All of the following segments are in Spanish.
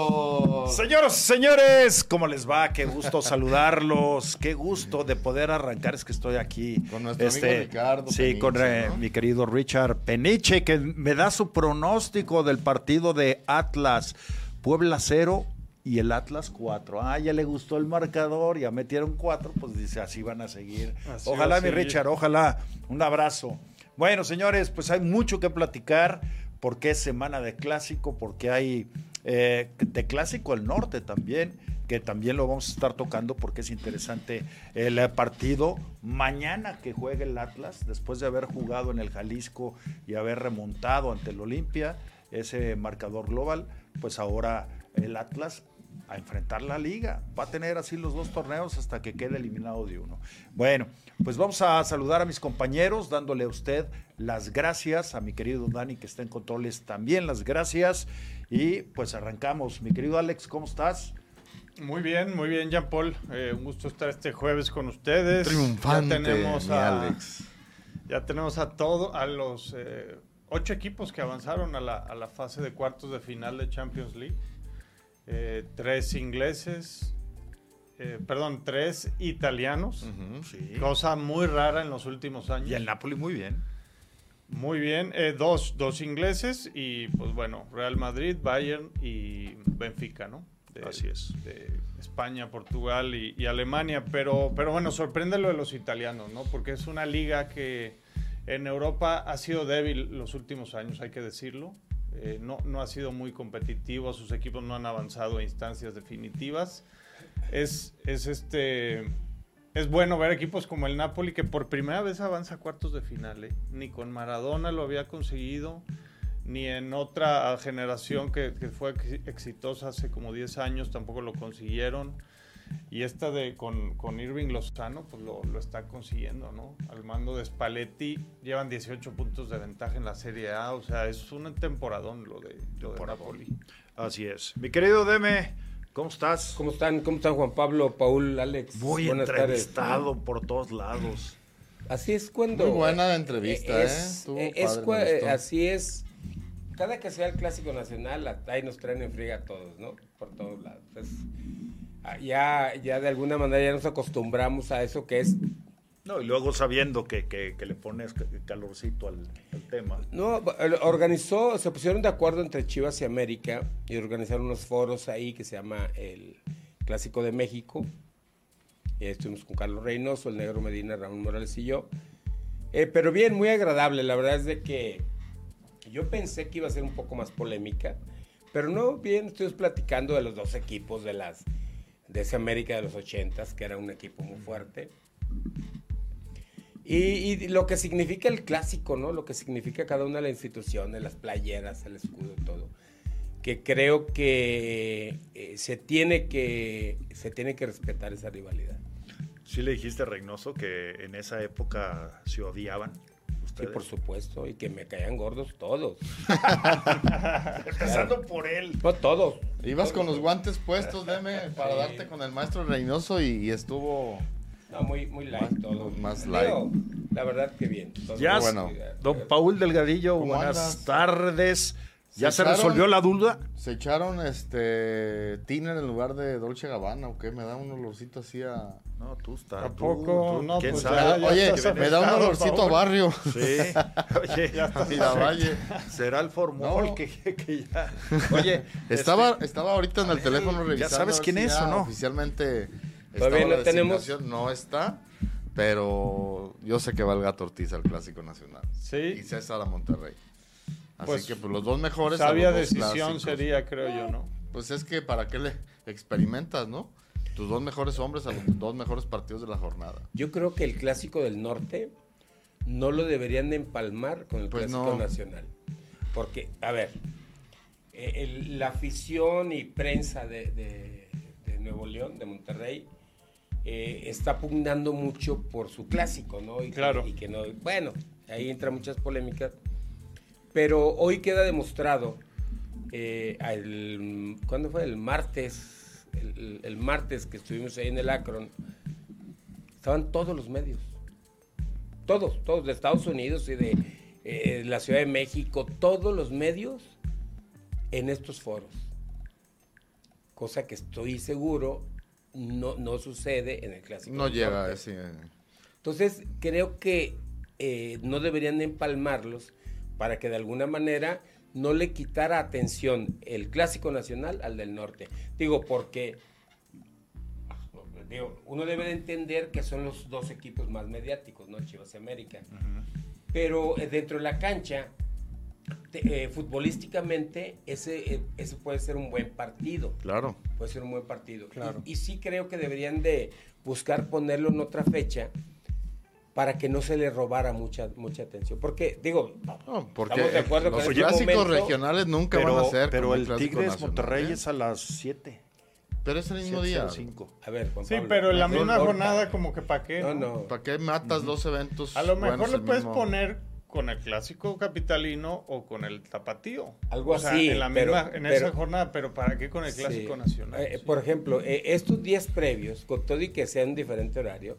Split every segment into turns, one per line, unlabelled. doctor.
Señoras y señores, ¿cómo les va? Qué gusto saludarlos, qué gusto de poder arrancar, es que estoy aquí. este,
Con nuestro amigo Ricardo
Sí,
Peniche,
con eh,
¿no?
mi querido Richard Peniche, que me da su pronóstico del partido de Atlas, Puebla 0 y el Atlas 4. Ah, ya le gustó el marcador, ya metieron 4, pues dice, así van a seguir.
Así va
ojalá,
a
mi
seguir.
Richard, ojalá. Un abrazo. Bueno, señores, pues hay mucho que platicar porque es semana de clásico, porque hay eh, de clásico al norte también, que también lo vamos a estar tocando porque es interesante el eh, partido mañana que juegue el Atlas, después de haber jugado en el Jalisco y haber remontado ante el Olimpia, ese marcador global, pues ahora el Atlas a enfrentar la liga. Va a tener así los dos torneos hasta que quede eliminado de uno. Bueno, pues vamos a saludar a mis compañeros, dándole a usted las gracias, a mi querido Dani que está en controles también las gracias. Y pues arrancamos. Mi querido Alex, ¿cómo estás?
Muy bien, muy bien, Jean Paul. Eh, un gusto estar este jueves con ustedes.
Triunfante,
Ya tenemos
mi
a,
Alex.
Ya tenemos a todo, a los eh, ocho equipos que avanzaron a la, a la fase de cuartos de final de Champions League. Eh, tres ingleses, eh, perdón, tres italianos.
Ujú.
Sí.
Cosa muy rara en los últimos años.
Y el Napoli muy bien.
Muy bien, eh, dos, dos ingleses y pues bueno, Real Madrid, Bayern y Benfica, ¿no? De-
Así es.
De España, Portugal y, y Alemania, pero, pero bueno, sorprende lo de los italianos, ¿no? Porque es una liga que en Europa ha sido débil los últimos años, hay que decirlo. Eh, no, no ha sido muy competitivo, sus equipos no han avanzado a instancias definitivas. Es, es este... Es bueno ver equipos como el Napoli que por primera vez avanza a cuartos de final. ¿eh? Ni con Maradona lo había conseguido, ni en otra generación que, que fue ex- exitosa hace como 10 años tampoco lo consiguieron. Y esta de con, con Irving Lozano, pues lo, lo está consiguiendo, ¿no? Al mando de Spalletti llevan 18 puntos de ventaja en la Serie A. O sea, es un temporadón lo de, lo de Napoli.
Así es. Mi querido Deme, ¿cómo estás?
¿Cómo están? ¿Cómo están Juan Pablo, Paul, Alex?
Muy entrevistado por todos lados.
Así es cuando...
Muy buena la entrevista, ¿eh?
es,
Estuvo
eh, es
padre,
cua-
me gustó.
eh, así es. Cada que sea el Clásico Nacional, a- ahí nos traen en friega a todos, ¿no? Por todos lados. Es- ah, ya, ya de alguna manera ya nos acostumbramos a eso que es...
No, y luego sabiendo que, que- que le pones calorcito al, al tema.
No, eh, organizó, se pusieron de acuerdo entre Chivas y América y organizaron unos foros ahí que se llama el Clásico de México. Eh, estuvimos con Carlos Reynoso, el Negro Medina, Ramón Morales y yo. Eh, pero bien, muy agradable. La verdad es de que yo pensé que iba a ser un poco más polémica, pero no, bien, estuvimos platicando de los dos equipos de las de ese América de los 80s, que era un equipo muy fuerte. Y, y lo que significa el clásico, ¿no? Lo que significa cada una de las instituciones, las playeras, el escudo, todo. Que creo que eh, se tiene que se tiene que respetar esa rivalidad.
Sí le dijiste a Reynoso que en esa época se odiaban.
Y
Ustedes.
por supuesto, y que me caían gordos todos.
Empezando por él.
No todos.
Ibas con los guantes puestos, Deme, para
Sí.
darte con el maestro Reynoso y, y estuvo...
No, muy, muy light
Más-
todo.
más
Digo,
light.
la verdad que bien. Entonces,
Ya,
pues,
bueno,
eh,
Don Paul Delgadillo,
¿Cómo
buenas
andas?
tardes. ¿Ya
¿Se
se
echaron?
resolvió la duda?
¿Se echaron este tiner en lugar de Dolce Gabbana o qué? Me da un olorcito así a...
No, tú estás.
Tampoco, no,
¿Quién
pues
sabe?
ya
Oye,
estás
me da un
enojado,
olorcito a
Paul.
barrio.
Sí. Oye,
Ya estás
Y la valle.
será el formol
No.
que, que ya. Oye,
Estaba,
este,
estaba ahorita en el teléfono revisando.
sabes
a ver
quién es,
ya
¿o no?
Oficialmente. estaba
Todavía no
la
tenemos.
designación, No está, pero yo sé que va el gato Ortiz al Clásico Nacional.
Sí,
Y César a Monterrey. Así
Pues,
que pues, los dos mejores. a los
sabia
dos
decisión
clásicos.
sería, creo yo, ¿no?
Pues es que para qué le experimentas, ¿no? Tus dos mejores hombres a los dos mejores partidos de la jornada.
Yo creo que el clásico del norte no lo deberían de empalmar con el
Pues
clásico
no.
nacional. Porque, a ver, eh, el- la afición y prensa de, de- de Nuevo León, de Monterrey, eh, está pugnando mucho por su clásico, ¿no? Y que-
Claro.
y que no, bueno, ahí entran muchas polémicas. Pero hoy queda demostrado, eh, al- ¿cuándo fue? El martes, el, el martes que estuvimos ahí en el Akron, estaban todos los medios. Todos, todos, de Estados Unidos y de eh, la Ciudad de México, todos los medios en estos foros. cosa que estoy seguro no, no sucede en el Clásico.
No
del
llega
Norte.
a ese.
Entonces, creo que eh, no deberían de empalmarlos para que de alguna manera no le quitara atención el clásico nacional al del norte. Digo, porque digo, uno debe de entender que son los dos equipos más mediáticos, ¿no? Chivas y América. Pero eh, dentro de la cancha, te- eh, futbolísticamente, ese, eh, ese puede ser un buen partido
Claro.
puede ser un buen partido.
Claro.
Y, y sí creo que deberían de buscar ponerlo en otra fecha para que no se le robara mucha mucha atención. Porque, digo,
No, porque
Estamos de acuerdo
los
que en este
clásicos
momento-
regionales nunca
Pero,
van a ser.
pero
como
el
clásico
Tigres
nacional,
Monterrey
¿eh?
es a las 7.
Pero es el mismo día.
a ver, Juan
Sí,
Pablo,
pero en la
no
misma
importa.
jornada como que para qué.
No, no.
¿Para qué matas dos eventos?
A lo mejor
buenos
lo
el
puedes
mismo-
poner con el clásico capitalino o con el tapatío.
Algo
O sea,
así,
en, la
pero-
misma- en
pero-
esa jornada, pero ¿para qué con el clásico
Sí.
nacional?
Eh,
Sí.
Por ejemplo, eh, estos 10 previos, con todo y que sea un diferente horario,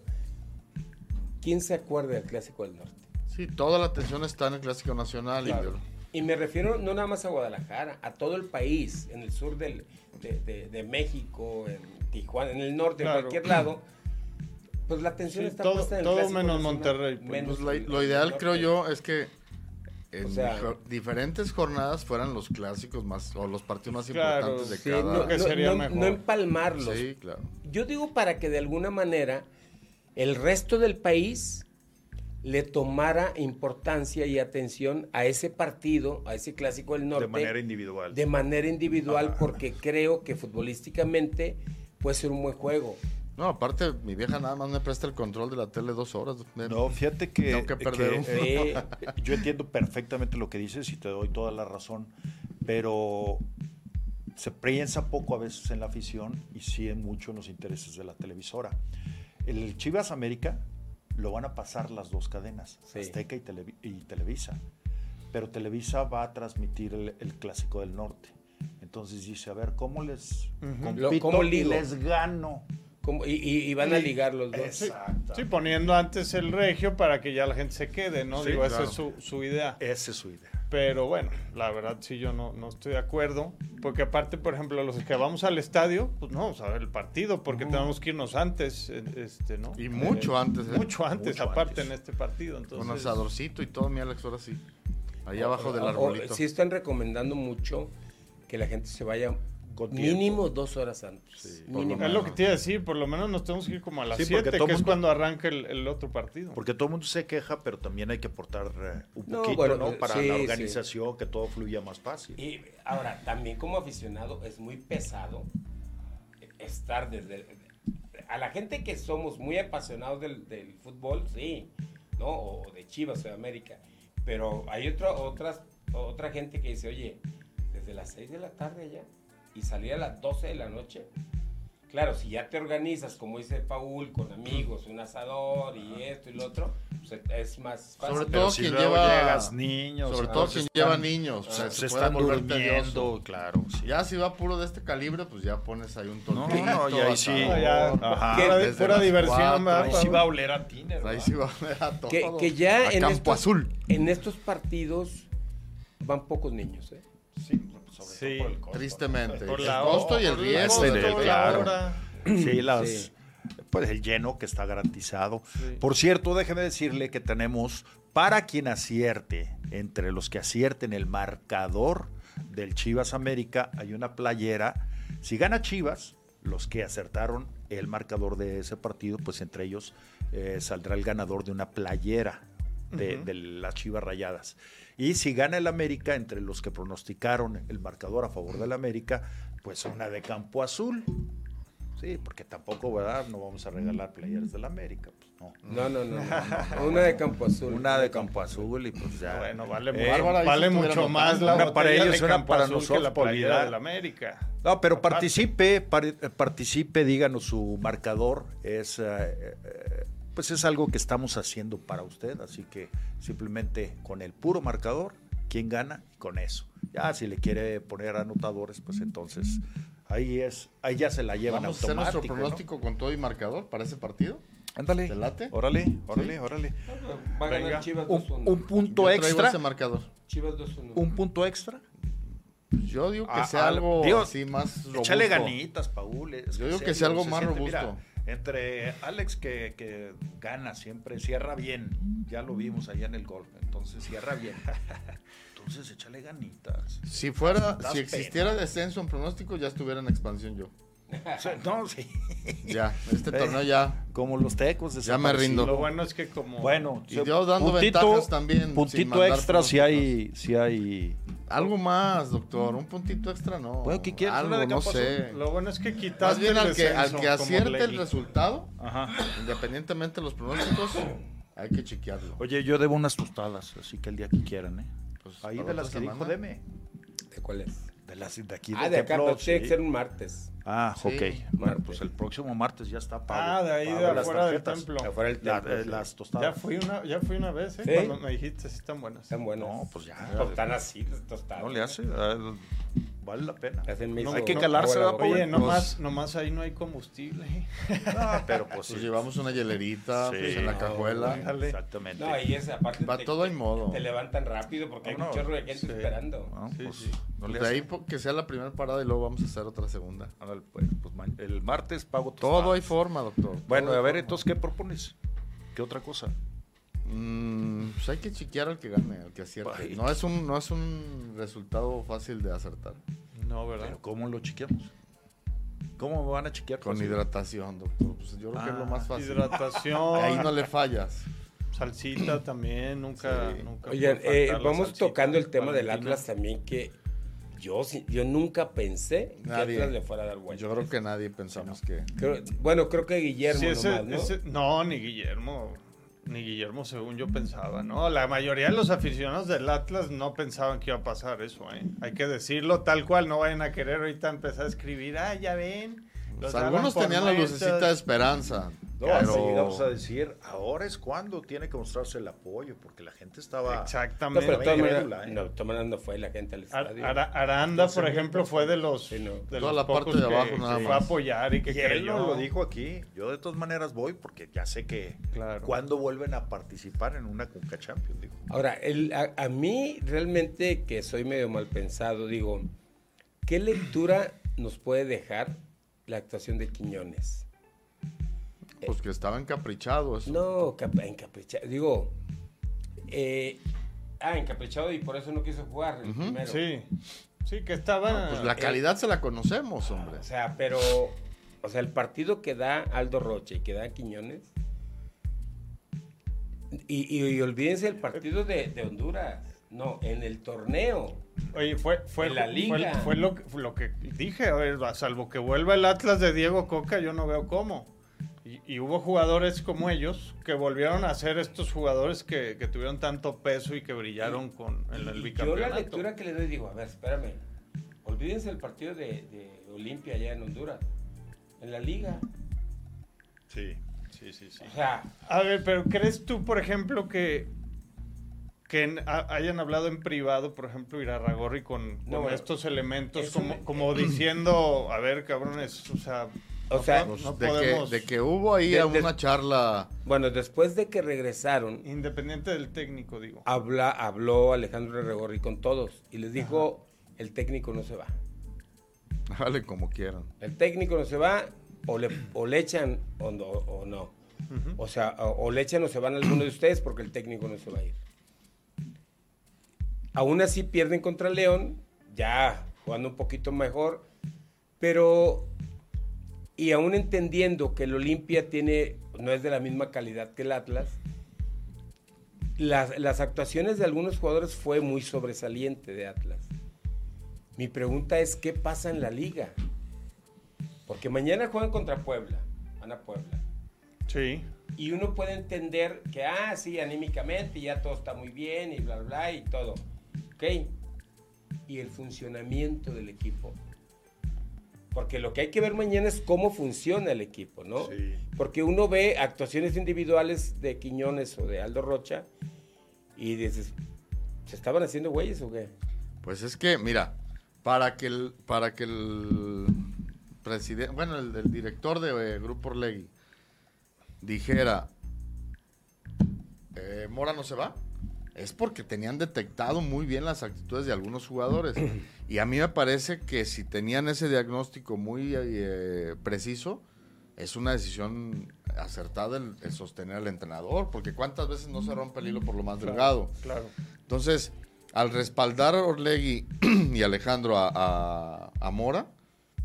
¿quién se acuerda del Clásico del Norte?
Sí, toda la atención está en el Clásico Nacional. y-
Claro. Y me refiero no nada más a Guadalajara, a todo el país, en el sur del, de, de- de México, en Tijuana, en el norte,
Claro.
en cualquier lado. Pues la atención
Sí,
está
todo-
puesta en el
todo
Clásico
menos
Nacional,
Monterrey, pues.
Pues
menos
la-
el-
lo
el
ideal,
norte.
creo yo, es que en
O sea-
dijo- diferentes jornadas fueran los clásicos más o los partidos más
Claro,
importantes de
Sí,
cada.
no,
que
no-
sería
no-
mejor.
no empalmarlos.
Sí, claro.
Yo digo para que de alguna manera el resto del país le tomara importancia y atención a ese partido, a ese clásico del norte,
De manera individual.
de manera individual,
Ah.
porque creo que futbolísticamente puede ser un buen juego.
No, aparte, mi vieja nada más me presta el control de la tele dos horas.
No, fíjate que,
Tengo que perder
que,
un-
eh, yo entiendo perfectamente lo que dices y te doy toda la razón, pero se piensa poco a veces en la afición y sí en mucho en los intereses de la televisora. El Chivas América lo van a pasar las dos cadenas,
Sí.
Azteca y, Televi- y Televisa, pero Televisa va a transmitir el, el Clásico del Norte. Entonces dice, a ver, ¿cómo les
Ujú.
compito
Lo- ¿cómo
y
ligo?
les gano?
Como- y, y- y van a ligar los dos.
Sí,
Exacto.
sí, poniendo antes el regio para que ya la gente se quede, ¿no?
Sí,
Digo, esa
claro.
es su, su idea.
Esa es su idea.
Pero bueno, la verdad sí yo no, no estoy de acuerdo. Porque aparte, por ejemplo, los que vamos al estadio, pues no vamos a ver el partido, porque tenemos que irnos antes, eh, este, ¿no?
Y mucho antes, ¿eh?
Mucho antes,
Mucho
aparte
antes.
en este partido. Entonces,
Con asadorcito y todo, mi Alex, ahora sí. Allá abajo del
O- o-
arbolito.
Oh, sí están recomendando mucho que la gente se vaya mínimo dos horas antes.
Sí, por lo
mínimo.
menos.
Es lo que te iba a decir, por lo menos nos tenemos que ir como a las
Sí,
7,
porque
que
todo
es
mundo-
cuando arranca el, el otro partido.
Porque todo el mundo se queja, pero también hay que aportar eh, un
No,
poquito,
bueno,
¿no?
eh,
Para
sí,
la
sí.
organización, que todo fluya más fácil.
Y ahora, también como aficionado es muy pesado estar desde... A la gente que somos muy apasionados del, del fútbol, sí, ¿no? O de Chivas o de América. Pero hay otra otras, otra gente que dice, oye, desde las 6 de la tarde ya y salir a las 12 de la noche. Claro, si ya te organizas, como dice Paul, con amigos, un asador y esto y lo otro, pues es más fácil.
Sobre
Pero
todo
si
quien
luego
lleva-
llegas niños,
Sobre
ah,
todo
se
quien
están-
lleva niños. o sea,
se,
se puede
están
volver
durmiendo,
tedioso.
claro. sí.
Ya si va puro de este calibre, pues ya pones ahí un
No,
tontito.
no, y ahí sí.
No, Ah, ya,
Ajá.
pura,
Desde
pura
las
diversión,
cuatro,
¿verdad,
ahí
Sí
Pablo?
va a oler a tiner,
Ahí
¿verdad?
sí va a ver a todo.
Que, que ya
a
en
Campo
estos,
Azul.
en estos partidos van pocos niños. ¿eh?
Sí, sobre
Sí.
todo por el costo.
Tristemente.
Por
este, el
la
costo y el
hora,
riesgo.
por
Sí,
la
de
del-
todo.
claro.
hora.
Sí, las,
Sí.
pues el lleno que está garantizado.
Sí.
Por cierto, déjeme decirle que tenemos para quien acierte, entre los que acierten el marcador del Chivas América, hay una playera. Si gana Chivas, los que acertaron el marcador de ese partido, pues entre ellos eh, saldrá el ganador de una playera de, de las Chivas Rayadas. Y si gana el América, entre los que pronosticaron el marcador a favor del América, pues una de campo azul. Sí, porque tampoco, ¿verdad? No vamos a regalar playeras del América, pues no.
No, no, no. no. Una de Campo Azul.
Una de campo azul y pues ya.
Bueno, vale,
Eh,
Bárbara dice
vale
que estuviera
mucho más
notando.
la
Una para
botella
ellos,
de
una
Campo
para
Azul que
nosotros,
la
para
playera
olvidar.
del América.
No, pero
Aparte.
participe, par- participe, díganos su marcador. Es, eh, eh, pues es algo que estamos haciendo para usted, así que simplemente con el puro marcador, quién gana y con eso. Ya si le quiere poner anotadores, pues entonces ahí es, ahí ya se la llevan
Vamos a hacer nuestro
automático. ¿no?
pronóstico con todo y marcador para ese partido.
Ándale.
¿Te late?
Órale, órale, órale.
Va a
Venga.
ganar Chivas
Un,
2-1.
un punto
Yo traigo
extra,
ese marcador.
Chivas 2-1.
un punto extra
Pues Yo digo que
A-
sea
a-
algo
Ah, digo,
así más robusto.
Échale ganitas, Paul. es
Pues, Yo digo que
serio,
sea algo
se
más
siente, mira,
robusto.
entre Alex, que, que gana siempre, cierra bien. Ya lo vimos allá en el golf. Entonces, cierra bien. Entonces, échale ganitas.
Si fuera,
Das
si existiera descenso en pronóstico, ya estuviera en expansión yo.
O sea, no, sí.
Ya, este torneo ya.
Como los tecos de
Ya me rindo.
Lo bueno es que como...
Bueno,
Y Dios dando ventajas también, sin
Puntito
mandar
extra si
pronósticos.
hay, si hay.
Algo más, doctor. Un puntito extra, no.
Bueno, ¿qué quieres?
Algo,
Una de
no
Campos,
sé.
Lo bueno es que
Más
quitaste
bien
el
al que, al
descenso,
que
como
acierte el
leí.
resultado,
Ajá.
independientemente de los pronósticos, hay que chequearlo.
Oye, yo debo unas tostadas, así que el día que quieran, ¿eh?
Pues, para
Ahí de
otra
las que dijo
semana.
Deme.
¿De cuál es?
De las de aquí.
Ah,
del
de acá,
Templo,
pero tiene que
sí.
ser un martes.
Ah,
Sí,
ok. Bueno,
martes.
pues el próximo martes ya está Pablo.
Ah, de ahí, de
las
afuera del
tarjetas.
templo.
Afuera del
La-
templo,
eh,
sí.
las
Ya
tostadas.
fui una, ya fui una vez, ¿eh?
¿Sí?
Cuando me dijiste, sí están buenas.
Están buenas.
No, pues ya.
No, están así, tostadas.
No le hace. eh, Vale la pena.
Hacen mismo,
hay que
¿no?
calarse,
Como la
¿verdad,
Oye,
boca.
nomás, nomás ahí no hay combustible. ¿eh?
Ah, pero pues sí.
Pues llevamos una hielerita
Sí.
pues, en la
No,
cajuela.
Ándale.
Exactamente.
No, y esa aparte.
Pa' todo hay modo.
Te levantan rápido porque hay un
Vámonos.
chorro de gente
Sí.
esperando.
No,
Sí,
pues,
sí.
no
Pues
le
de
hace.
ahí po- que sea la primera parada y luego vamos a hacer otra segunda.
Ándale, pues, pues, ma- el martes pago tostadas.
Todo hay forma, doctor.
Bueno,
Todo
a
hay
ver,
forma.
entonces, ¿qué propones? ¿Qué otra cosa?
Mm, pues hay que chequear al que gane, al que acierte.
Ay.
No es un, no es un resultado fácil de acertar.
No, ¿verdad?
Pero ¿cómo lo chequeamos? ¿Cómo me van a chequear?
Con
Pues,
hidratación, doctor. Pues yo creo que es lo más
Ah,
fácil.
Hidratación,
Ahí Ah. no le fallas.
salsita también, nunca,
Sí.
nunca.
Oigan,
puede
eh,
faltar la
vamos
salsita
tocando el tema del
argentina.
Atlas también que yo, sí- yo nunca pensé
Nadie.
que Atlas le fuera a dar vuelta.
Pues Yo creo que nadie pensamos que.
Creo- bueno, creo que Guillermo
Sí, ese-
nomás, ¿no?
ese- no, ni Guillermo. Ni Guillermo, según yo pensaba, ¿no? La mayoría de los aficionados del Atlas no pensaban que iba a pasar eso, ¿eh? Hay que decirlo tal cual, no vayan a querer ahorita empezar a escribir, ah, ya ven.
Pues
los daban
algunos
por
tenían la
muertos".
lucecita de esperanza.
No,
pero-
hasta llegamos a decir, ahora es cuando tiene que mostrarse el apoyo, porque la gente estaba...
No,
Exactamente.
pero de todas
Increíble,
maneras,
¿eh?
no, de todas maneras no fue la gente al
Ar-
estadio.
Ara- Aranda, por ejemplo, fue de los,
Sí, no.
Toda
de los
la parte
pocos
de abajo
que
nada
fue
más.
a apoyar y que
Y él
creyó.
no lo dijo aquí. Yo de todas maneras voy porque ya sé que
Claro.
cuando vuelven a participar en una Conca Champions, digo.
Ahora, el- a, a mí realmente que soy medio mal pensado, digo, ¿qué lectura nos puede dejar la actuación de Quiñones?
Pues que estaba encaprichado. Eso.
No, cap- encaprichado. Digo, eh, ah, encaprichado y por eso no quiso jugar el primero.
Sí, sí, que estaba.
Pues la calidad se la conocemos, hombre.
O sea, pero, o sea, el partido que da Aldo Roche y que da Quiñones. Y, y- y olvídense el partido de, de Honduras. No, en el torneo.
Oye, fue, fue,
En la
fue-
liga.
fue lo, que- fue lo que dije, a ver, a salvo que vuelva el Atlas de Diego Coca, yo no veo cómo. Y, y hubo jugadores como ellos que volvieron a ser estos jugadores que, que tuvieron tanto peso y que brillaron con en el
Y yo la
bicampeonato.
lectura que le doy digo, a ver, espérame. Olvídense el partido de, de Olimpia allá en Honduras. En la liga.
Sí, sí, sí, sí.
O sea,
A ver, pero ¿crees tú, por ejemplo, que, que en- a- hayan hablado en privado, por ejemplo, Irarragorri con, con
No, bueno,
estos elementos,
eso
como,
me-
como diciendo, a ver, cabrones, o sea,
O
no
sea,
po-
Pues
no
de,
podemos,
que, de que hubo ahí
De- de-
una charla.
bueno, después de que regresaron,
independiente del técnico,
Ah.
digo.
habla, habló Alejandro Regorri con todos y les dijo, el técnico no se va.
Háganle como quieran.
El técnico no se va o le, o le echan o no. o no. O sea, o, o le echan o se van algunos de ustedes porque el técnico no se va a ir. Aún así pierden contra León, ya jugando un poquito mejor, pero y aún entendiendo que el Olimpia tiene no es de la misma calidad que el Atlas, las, las actuaciones de algunos jugadores fue muy sobresaliente de Atlas. Mi pregunta es, ¿qué pasa en la liga? Porque mañana juegan contra Puebla, van a Puebla.
Sí.
Y uno puede entender que, ah, sí, anímicamente ya todo está muy bien y bla, bla, bla y todo. ¿Ok? Y el funcionamiento del equipo. Porque lo que hay que ver mañana es cómo funciona el equipo, ¿no?
Sí.
Porque uno ve actuaciones individuales de Quiñones o de Aldo Rocha y dices, ¿se estaban haciendo güeyes o qué?
Pues es que, mira, para que el, para que el presidente, bueno, el, el director de eh, Grupo Orlegui dijera, eh, Mora no se va, es porque tenían detectado muy bien las actitudes de algunos jugadores. Y a mí me parece que si tenían ese diagnóstico muy eh, preciso, es una decisión acertada el, el sostener al entrenador, porque cuántas veces no se rompe el hilo por lo más delgado.
Claro.
Entonces, al respaldar a Orlegui y Alejandro a, a- a Mora,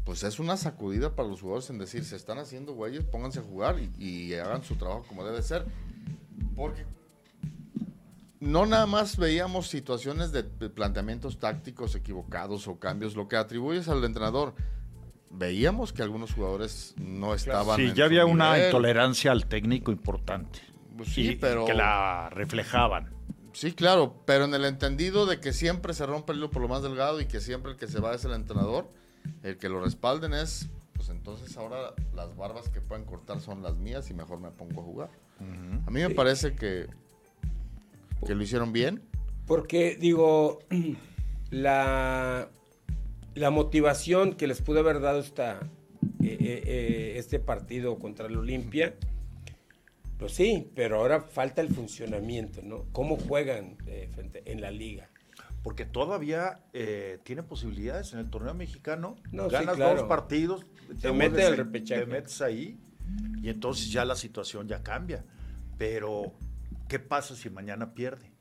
pues es una sacudida para los jugadores en decir, se están haciendo güeyes, pónganse a jugar y, y hagan su trabajo como debe ser. Porque no nada más veíamos situaciones de, de planteamientos tácticos equivocados o cambios, lo que atribuyes al entrenador. Veíamos que algunos jugadores no estaban.
Sí,
en su
ya había una
nivel.
intolerancia al técnico importante.
Pues sí,
y
pero-
Que la reflejaban.
Sí, claro, pero en el entendido de que siempre se rompe el hilo por lo más delgado y que siempre el que se va es el entrenador, el que lo respalden es, pues entonces ahora las barbas que pueden cortar son las mías y mejor me pongo a jugar. A mí me parece que, que lo hicieron bien.
Porque, digo, la, la motivación que les pudo haber dado esta, eh, eh, eh, este partido contra el Olimpia, pues sí, pero ahora falta el funcionamiento, ¿no? ¿Cómo juegan eh, frente, en la liga?
Porque todavía eh, tiene posibilidades en el torneo mexicano.
No, sí,
ganas
claro.
dos partidos,
Te
vuelves
mete al
ahí,
repechaje.
te metes ahí y entonces ya la situación ya cambia. Pero, ¿qué pasa si mañana pierde?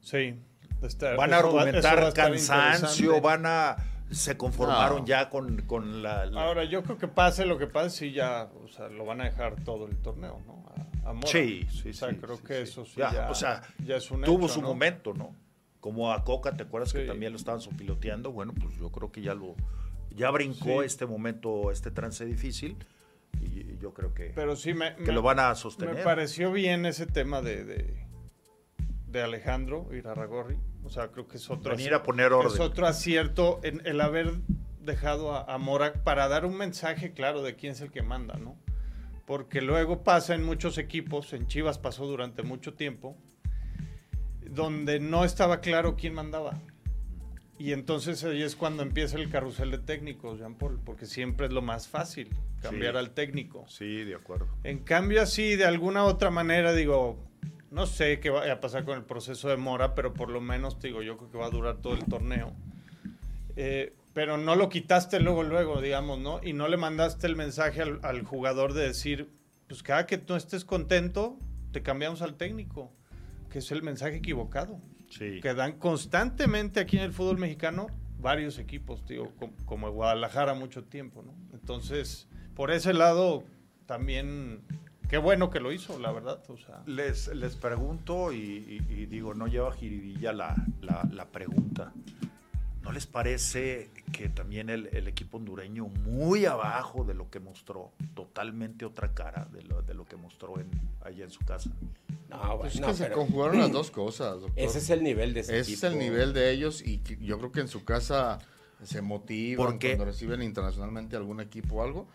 Sí. Está-
Van a
eso va- eso
argumentar
va a estar
cansancio,
interesante.
van a... Se conformaron
No.
ya con, con la... la-
Ahora, yo creo que pase lo que pase, sí ya, o sea, lo van a dejar todo el torneo, ¿no? A, a Mora.
Sí, sí,
O sea,
sí,
creo
sí,
que
sí.
eso sí
Ya,
ya,
o sea,
ya es un
tuvo
hecho,
su
¿no?
momento, ¿no? Como a Coca, ¿te acuerdas que
Sí.
también lo estaban piloteando? Bueno, pues yo creo que ya lo ya brincó
Sí.
este momento, este trance difícil y yo creo que
Pero sí me,
que
me-
lo van a sostener.
Me pareció bien ese tema de, de, de Alejandro Irarragorri. O sea, creo que es otro,
Venir a poner
es
orden.
otro acierto en el haber dejado a, a Mora para dar un mensaje claro de quién es el que manda, ¿no? Porque luego pasa en muchos equipos, en Chivas pasó durante mucho tiempo, donde no estaba claro quién mandaba. Y entonces ahí es cuando empieza el carrusel de técnicos, Jean Paul, porque siempre es lo más fácil cambiar
Sí.
al técnico.
Sí, de acuerdo.
En cambio, así, de alguna otra manera, digo, no sé qué va a pasar con el proceso de Mora, pero por lo menos, te digo, yo creo que va a durar todo el torneo. Eh, pero no lo quitaste luego, luego, digamos, ¿no? Y no le mandaste el mensaje al, al jugador de decir, pues cada que tú estés contento, te cambiamos al técnico, que es el mensaje equivocado
Sí.
que dan constantemente aquí en el fútbol mexicano varios equipos, digo, com- como el Guadalajara mucho tiempo, ¿no? Entonces, por ese lado, también, qué bueno que lo hizo, la verdad, o sea.
Les, les pregunto y, y- y digo, no lleva jiribilla la, la- la pregunta. ¿No les parece que también el, el equipo hondureño muy abajo de lo que mostró, totalmente otra cara de lo, de lo que mostró en, allá en su casa?
No,
Pues es
bueno,
que se
pero
conjugaron las dos cosas, doctor.
ese es el nivel de ese
Ese es el
equipo.
nivel de ellos y que- yo creo que en su casa se motivan
¿Por qué?
cuando reciben internacionalmente algún equipo o algo.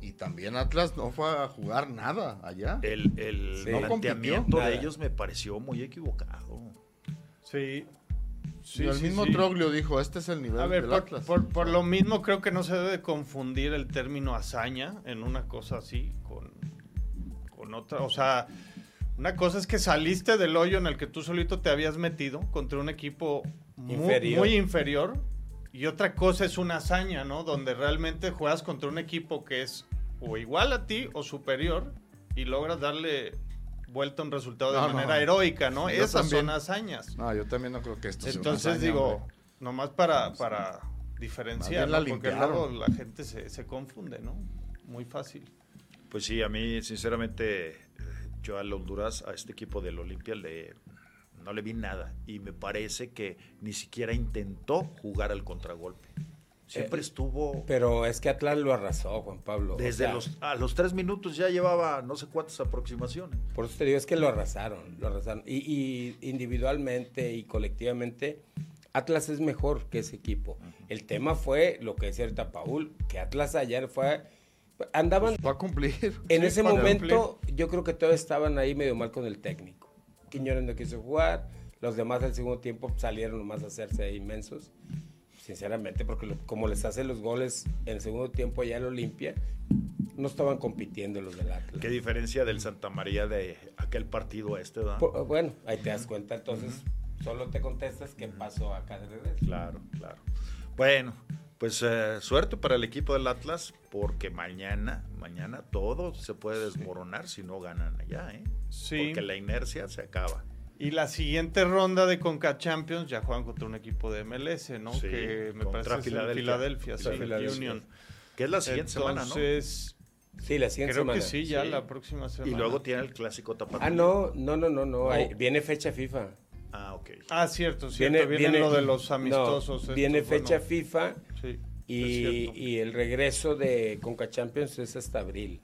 Y también Atlas no fue a jugar nada allá.
El, el
Sí.
No
planteamiento
compitió,
de
nada.
ellos me pareció muy equivocado.
Sí.
Y el mismo Troglio dijo, este es el nivel
A ver,
del
por,
Atlas.
por- por lo mismo creo que no se debe confundir el término hazaña en una cosa así con, con otra. O sea, una cosa es que saliste del hoyo en el que tú solito te habías metido contra un equipo mu-
Inferior.
muy inferior. Y otra cosa es una hazaña, ¿no? Donde realmente juegas contra un equipo que es o igual a ti o superior y logras darle vuelta a un resultado de
No, no.
manera heroica, ¿no?
Yo
Esas
también.
son hazañas.
No, yo también no creo que esto sea una
Entonces
hazaña,
digo,
hombre.
nomás para, para diferenciar,
Más bien la
¿no? porque
limpiaron.
luego la gente se, se confunde, ¿no? Muy fácil.
Pues sí, a mí, sinceramente, eh, yo al Honduras, a este equipo del Olimpia, le, no le vi nada. Y me parece que ni siquiera intentó jugar al contragolpe. Siempre
Eh,
estuvo.
Pero es que Atlas lo arrasó, Juan Pablo. o
Desde
sea,
los, a los tres minutos ya llevaba no sé cuántas aproximaciones.
Por eso te digo, es que lo arrasaron, lo arrasaron. Y, y individualmente y colectivamente, Atlas es mejor que ese equipo. El tema fue lo que decía ahorita Paul, que Atlas ayer fue... Andaban
Pues, Va a cumplir.
en
sí,
ese
para
momento, yo creo que todos estaban ahí medio mal con el técnico. Quiñones no quiso jugar, los demás al segundo tiempo salieron nomás a hacerse ahí inmensos. Sinceramente, porque lo- como les hace los goles en el segundo tiempo ya en Olimpia, No estaban compitiendo los del Atlas.
Qué diferencia del Santa María de aquel partido a este, ¿verdad?
Po- bueno, ahí te das cuenta, entonces solo te contestas qué pasó acá de regreso.
Claro, claro. Bueno, pues eh, suerte para el equipo del Atlas, porque mañana, mañana todo se puede desmoronar si no ganan allá, ¿eh?
Sí.
Porque la inercia se acaba.
Y la siguiente ronda de Conca Champions ya juegan contra un equipo de MLS, ¿no?
Sí,
que me
contra
parece es en
Filadelfia.
Filadelfia,
Contra
sí,
Filadelfia.
Union.
Que es la siguiente semana,
Entonces,
Sí, la siguiente
creo
semana.
que sí, ya
Sí.
la próxima
¿no?
semana.
Y luego tiene el clásico tapatío.
Ah, no, no, no, no, no. ahí- viene fecha FIFA.
Ah, ok.
Ah, cierto, cierto. Viene, lo de los
no,
amistosos. estos,
viene fecha
bueno,
FIFA
sí, es
y,
cierto.
y el regreso de Conca Champions es hasta abril.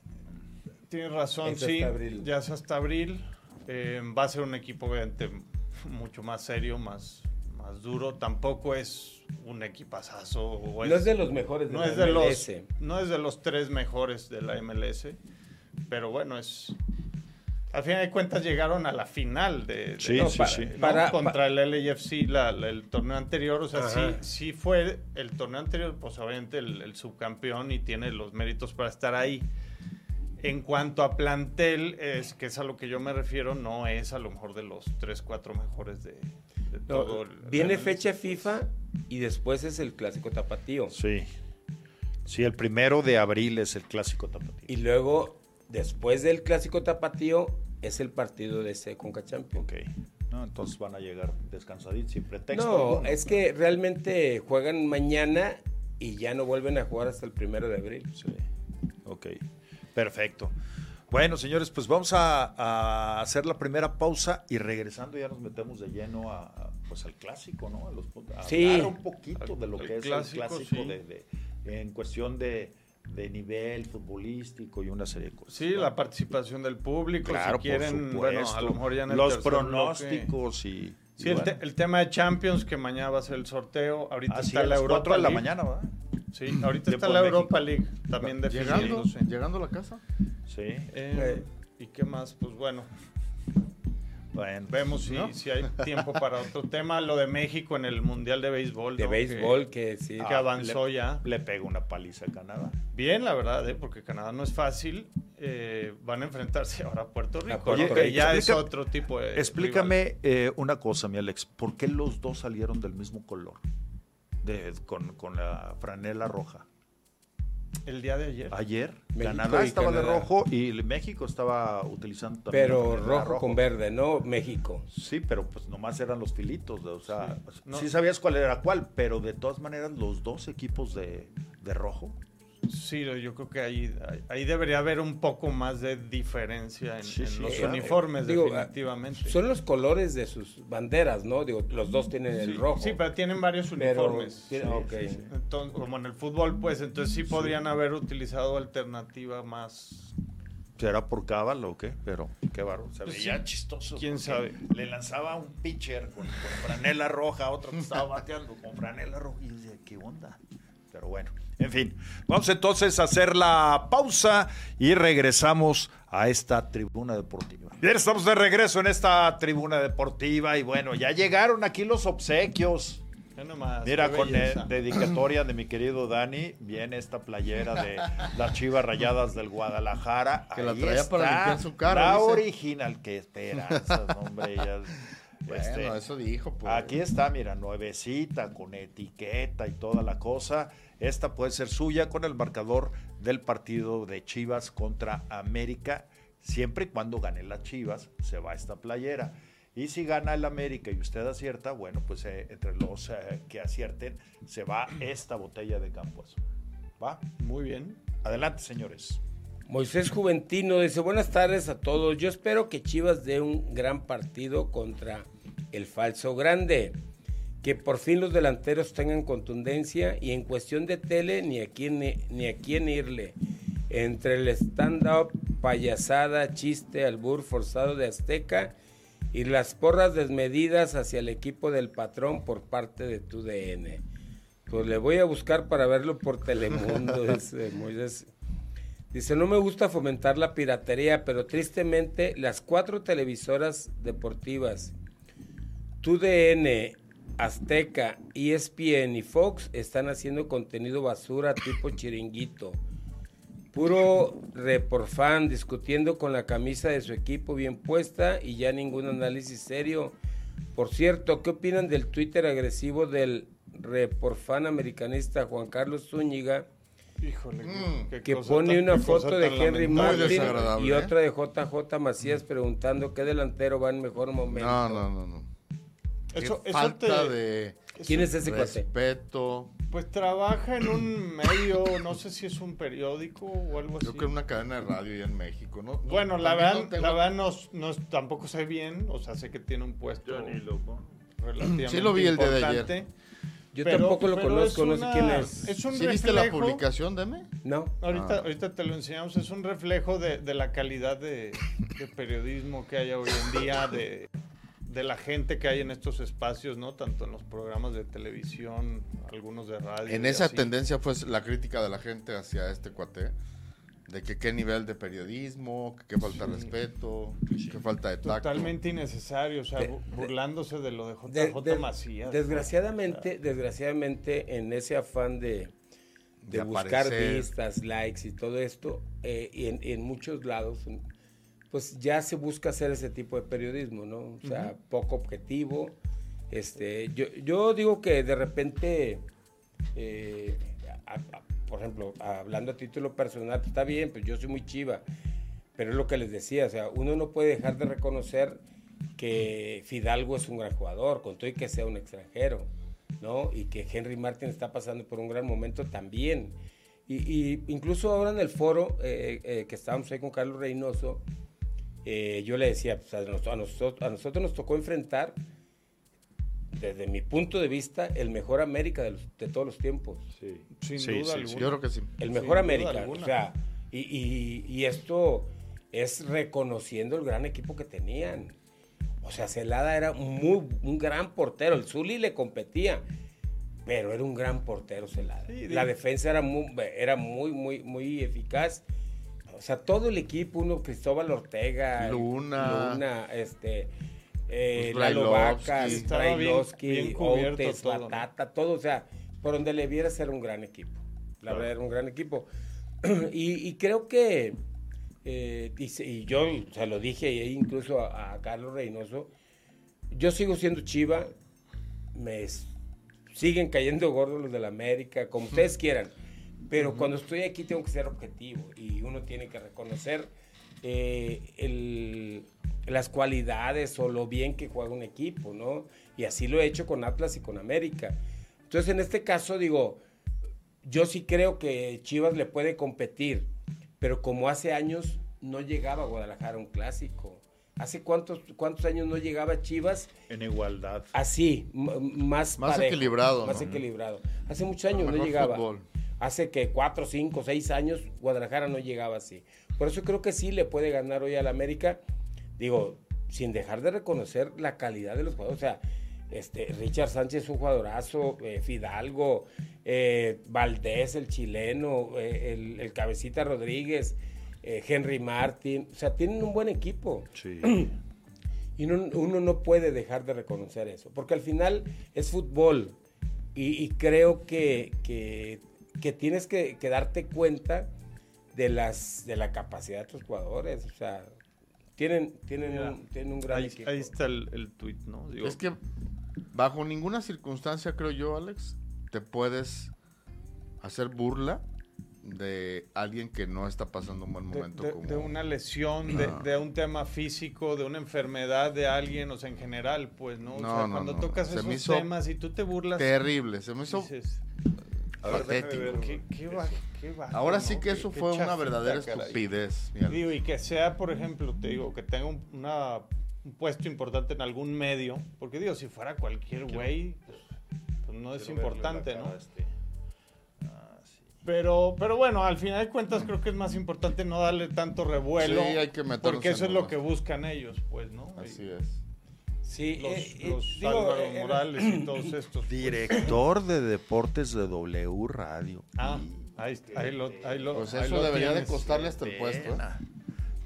Tienes razón,
Es hasta
sí.
abril.
Ya es hasta abril. Eh, va a ser un equipo obviamente mucho más serio, más, más duro. Tampoco es un equipazazo. o
no es de los mejores de
Pues, no
la
es de los,
MLS.
no es de los tres mejores de la MLS. Pero bueno, es. Al final de cuentas llegaron a la final de, de-
Sí,
¿no?
sí,
para-
sí.
¿no?
Para-
contra el LAFC la- la- el torneo anterior. O sea, sí,
Ajá.
sí fue el torneo anterior, pues obviamente el, el subcampeón y tiene los méritos para estar ahí. En cuanto a plantel, es que es a lo que yo me refiero, no es a lo mejor de los tres, cuatro mejores de, de
No,
todo el-
viene
el-
fecha FIFA y después es el clásico tapatío.
Sí. Sí, el primero de abril es el clásico tapatío.
Y luego, después del clásico tapatío, es el partido de ese Conca Champions.
Ok. No, entonces van a llegar descansaditos sin pretexto.
No,
alguno.
es que realmente juegan mañana y ya no vuelven a jugar hasta el primero de abril.
Sí. Ok. Perfecto. Bueno, señores, pues vamos a, a hacer la primera pausa y regresando ya nos metemos de lleno a, a, pues al clásico, ¿no? A los, a
Sí.
hablar un poquito de lo
Al
que es
clásico,
el clásico
sí.
de- de- en cuestión de, de nivel futbolístico y una serie de cosas.
Sí,
¿no?
la participación del público,
Claro,
si quieren,
por
bueno,
supuesto.
a lo mejor ya en el
los
tercer bloque.
pronósticos y, y
Sí, el, te-
bueno.
el tema de Champions, que mañana va a ser el sorteo. Ahorita
Así
está
a
la
las
Europa
cuatro de la
League.
mañana, ¿verdad?
Sí, ahorita
De
está
por
la
México.
Europa League también
Llegando,
definiéndose.
llegando a la casa.
Sí.
Eh, ¿Y qué más? Pues bueno,
Bueno,
vemos si,
¿No?
si hay tiempo para otro tema. Lo de México en el Mundial de Béisbol.
De
¿no?
béisbol, que, sí.
Que,
Ah.
que avanzó ya.
le pego una paliza a Canadá.
Bien, la verdad, ¿eh? porque Canadá no es fácil. Eh, van a enfrentarse ahora a Puerto Rico,
Puerto
¿no? que
Rico.
ya es
Explica-
otro tipo de. rival.
Explícame eh, una cosa, mi Alex. ¿Por qué los dos salieron del mismo color? De- con, con la franela roja.
El día de ayer.
Ayer
México
Canadá
y
estaba de
Canadá.
rojo y el- México estaba utilizando también. la
Pero
franela
rojo con verde, ¿no? México.
Sí, pero pues nomás eran los filitos. O sea, sí,
no.
sabías cuál era cuál, pero de todas maneras los dos equipos de, de rojo.
Sí, yo creo que ahí, ahí debería haber un poco más de diferencia en,
Sí,
en
sí,
los
claro.
uniformes,
Digo,
definitivamente.
Son los colores de sus banderas, ¿no? Digo, los dos tienen
sí,
el rojo.
sí, pero tienen varios
Pero-
uniformes.
tiene-
Sí,
ok.
sí, sí.
Entonces, como en el fútbol, pues, entonces sí podrían haber utilizado alternativa más.
¿Será por cábala o qué? Pero qué bárbaro. Se
Pues
veía
sí.
chistoso.
¿Quién
porque
sabe?
Le lanzaba un pitcher con, con franela roja, otro que estaba bateando con franela roja. Y yo decía, ¿qué onda? Pero bueno, en fin. Vamos entonces a hacer la pausa y regresamos a esta tribuna deportiva. Bien, estamos de regreso en esta tribuna deportiva. Y bueno, ya llegaron aquí los obsequios.
Ya nomás,
Mira,
qué
con eh,
belleza.
dedicatoria de mi querido Dani, viene esta playera de las Chivas Rayadas del Guadalajara.
Que la
Ahí
traía para
está,
limpiar su carro,
La
dice.
original, que esperanzas, hombre. ya,
Bueno,
este,
eso dijo. Pues.
Aquí está, mira, nuevecita, con etiqueta y toda la cosa. Esta puede ser suya con el marcador del partido de Chivas contra América. Siempre y cuando gane las Chivas, se va esta playera. Y si gana el América y usted acierta, bueno, pues eh, entre los eh, que acierten, se va esta botella de campo Azul. ¿Va?
Muy bien.
Adelante, señores.
Moisés Juventino dice, buenas tardes a todos. Yo espero que Chivas dé un gran partido contra el falso grande. Que por fin los delanteros tengan contundencia y en cuestión de tele ni a quién, ni a quién irle. Entre el stand-up, payasada, chiste, albur forzado de Azteca y las porras desmedidas hacia el equipo del patrón por parte de tu DN. Pues le voy a buscar para verlo por Telemundo, dice Moisés. Dice, no me gusta fomentar la piratería, pero tristemente las cuatro televisoras deportivas, TUDN, Azteca, E ESPN y Fox, están haciendo contenido basura tipo chiringuito. Puro reporfan discutiendo con la camisa de su equipo bien puesta y ya ningún análisis serio. Por cierto, ¿qué opinan del Twitter agresivo del reporfan americanista Juan Carlos Zúñiga?
Híjole,
Mm.
qué
que
cosa
pone
tan-
una
qué cosa
foto de
tan
Henry
lamentable.
Muy
Martin
desagradable,
y
¿eh?
otra de JJ Macías preguntando qué delantero va en mejor momento.
No, no, no, no. Qué
Eso- eso
falta
te-
de
¿Quién es ese cuate?
respeto.
Pues trabaja en un medio, no sé si es un periódico o algo así.
Creo que era una cadena de radio ya en México, ¿no?
Bueno, la
También no
verdad,
tengo-
la verdad no, no- tampoco sé bien, o sea, sé que tiene un puesto
Yo ni lo pongo.
relativamente
Sí lo vi el día de
importante,
ayer.
Yo
pero-
tampoco lo
pero
conozco,
es
no sé quién
una-
es.
Es un
¿Sí viste la
reflejo-
publicación, Deme?
No.
Ahorita,
Ah.
ahorita te lo enseñamos, es un reflejo de, de la calidad de, de periodismo que hay hoy en día, de, de la gente que hay en estos espacios, ¿no? Tanto en los programas de televisión, algunos de radio.
En
y
esa
así.
tendencia fue la crítica de la gente hacia este cuate. De que qué nivel de periodismo, que qué falta de respeto, que falta de tacto.
Totalmente innecesario, o sea,
De-
bu-
de-
burlándose de lo de JJ
De- de-
Macías.
desgraciadamente, desgraciadamente, en ese afán de, de
De
buscar
aparecer.
vistas, likes y todo esto, eh, y, en, y en muchos lados, en- pues ya se busca hacer ese tipo de periodismo, ¿no? O sea, poco objetivo. Este, yo, yo digo que de repente, eh, a- a- por ejemplo, hablando a título personal, está bien, pues yo soy muy chiva, pero es lo que les decía, o sea, uno no puede dejar de reconocer que Fidalgo es un gran jugador, con todo y que sea un extranjero, ¿no? Y que Henry Martin está pasando por un gran momento también. Y, y incluso ahora en el foro eh, eh, que estábamos ahí con Carlos Reynoso, eh, yo le decía, pues, a, nos- a nosotros, a nosotros nos tocó enfrentar, desde mi punto de vista, el mejor América de, los- de todos los tiempos.
Sí.
Sin
Sí,
duda
sí,
alguna.
Yo creo que sí.
El
Sin
mejor
duda
América. O
alguna.
sea, y, y- y esto es reconociendo el gran equipo que tenían. O sea, Celada era muy, un gran portero. El Zuli le competía, pero era un gran portero Celada.
Sí,
La
digo-
defensa era muy, era muy, muy, muy eficaz. O sea, todo el equipo, uno, Cristóbal Ortega,
Luna.
Luna, este, eh,
Pues,
Lalo
Brailovsky.
Vacas,
Estaba bien- bien
Brailovsky,
cubierto
Outes,
todo, ¿no?
Batata, todo, o sea, por donde le vieras era un gran equipo. La
Claro.
verdad era un gran equipo. Y, y creo que, eh, y, se- y yo se lo dije ahí incluso a, a Carlos Reynoso, yo sigo siendo chiva, me s- siguen cayendo gordos los de la América, como ustedes quieran, pero cuando estoy aquí tengo que ser objetivo y uno tiene que reconocer eh, el- las cualidades o lo bien que juega un equipo, ¿no? Y así lo he hecho con Atlas y con América. Entonces, en este caso, digo, yo sí creo que Chivas le puede competir, pero como hace años no llegaba a Guadalajara un clásico. ¿Hace cuántos, cuántos años no llegaba Chivas
En igualdad.
así, m- más
Más
parejo,
equilibrado,
Más
¿no?
equilibrado. Hace muchos años no
Mejor
llegaba.
fútbol.
Hace que cuatro, cinco, seis años Guadalajara no llegaba así. Por eso creo que sí le puede ganar hoy al América. Digo, sin dejar de reconocer la calidad de los jugadores. O sea, este, Richard Sánchez es un jugadorazo, eh, Fidalgo, eh, Valdés, el chileno, eh, el, el Cabecita Rodríguez, eh, Henry Martin. O sea, tienen un buen equipo.
Sí.
Y no- uno no puede dejar de reconocer eso, porque al final es fútbol. Y, y creo que, que- que tienes que, que darte cuenta de, las, de la capacidad de tus jugadores. O sea, tienen, tienen,
Mira,
un, tienen un gran
Ahí,
equipo.
ahí está el, el tuit, ¿no? Digo,
Es que bajo ninguna circunstancia, creo yo, Alex, te puedes hacer burla de alguien que no está pasando un buen
de,
momento.
de-
como...
de una lesión, de,
No.
de un tema físico, de una enfermedad de alguien, o sea, en general, pues, ¿no? O
No,
sea,
no,
cuando
no,
tocas
se me
esos
hizo
temas y tú te burlas,
Terrible, se me hizo...
dices,
A ver, déjame
Patético.
ver,
qué, qué
eso.
baj- qué bajo,
Ahora
¿no?
sí que
Qué-
eso
qué
fue una
chafita,
verdadera
caray.
estupidez. mi Alex.
Digo, y que sea, por ejemplo, te digo, que tenga un, una- un puesto importante en algún medio, porque digo, si fuera cualquier güey, pues, pues no es
Quiero verle la
importante,
cara
¿no?
a este. Ah, sí.
Pero, pero bueno, al final de cuentas creo que es más importante no darle tanto revuelo.
Sí, hay que meternos
Porque eso
en
es lo
nomás.
que buscan ellos, pues, ¿no?
Así
Y
es.
Sí,
Los,
eh, eh,
los
digo,
Álvaro
eh,
Morales y todos estos. pues.
Director de Deportes de W Radio.
Ah, ahí, está, ahí lo, ahí lo-
Pues
ahí
eso
lo
debería de
tienes.
costarle hasta el puesto. ¿eh?
Pena.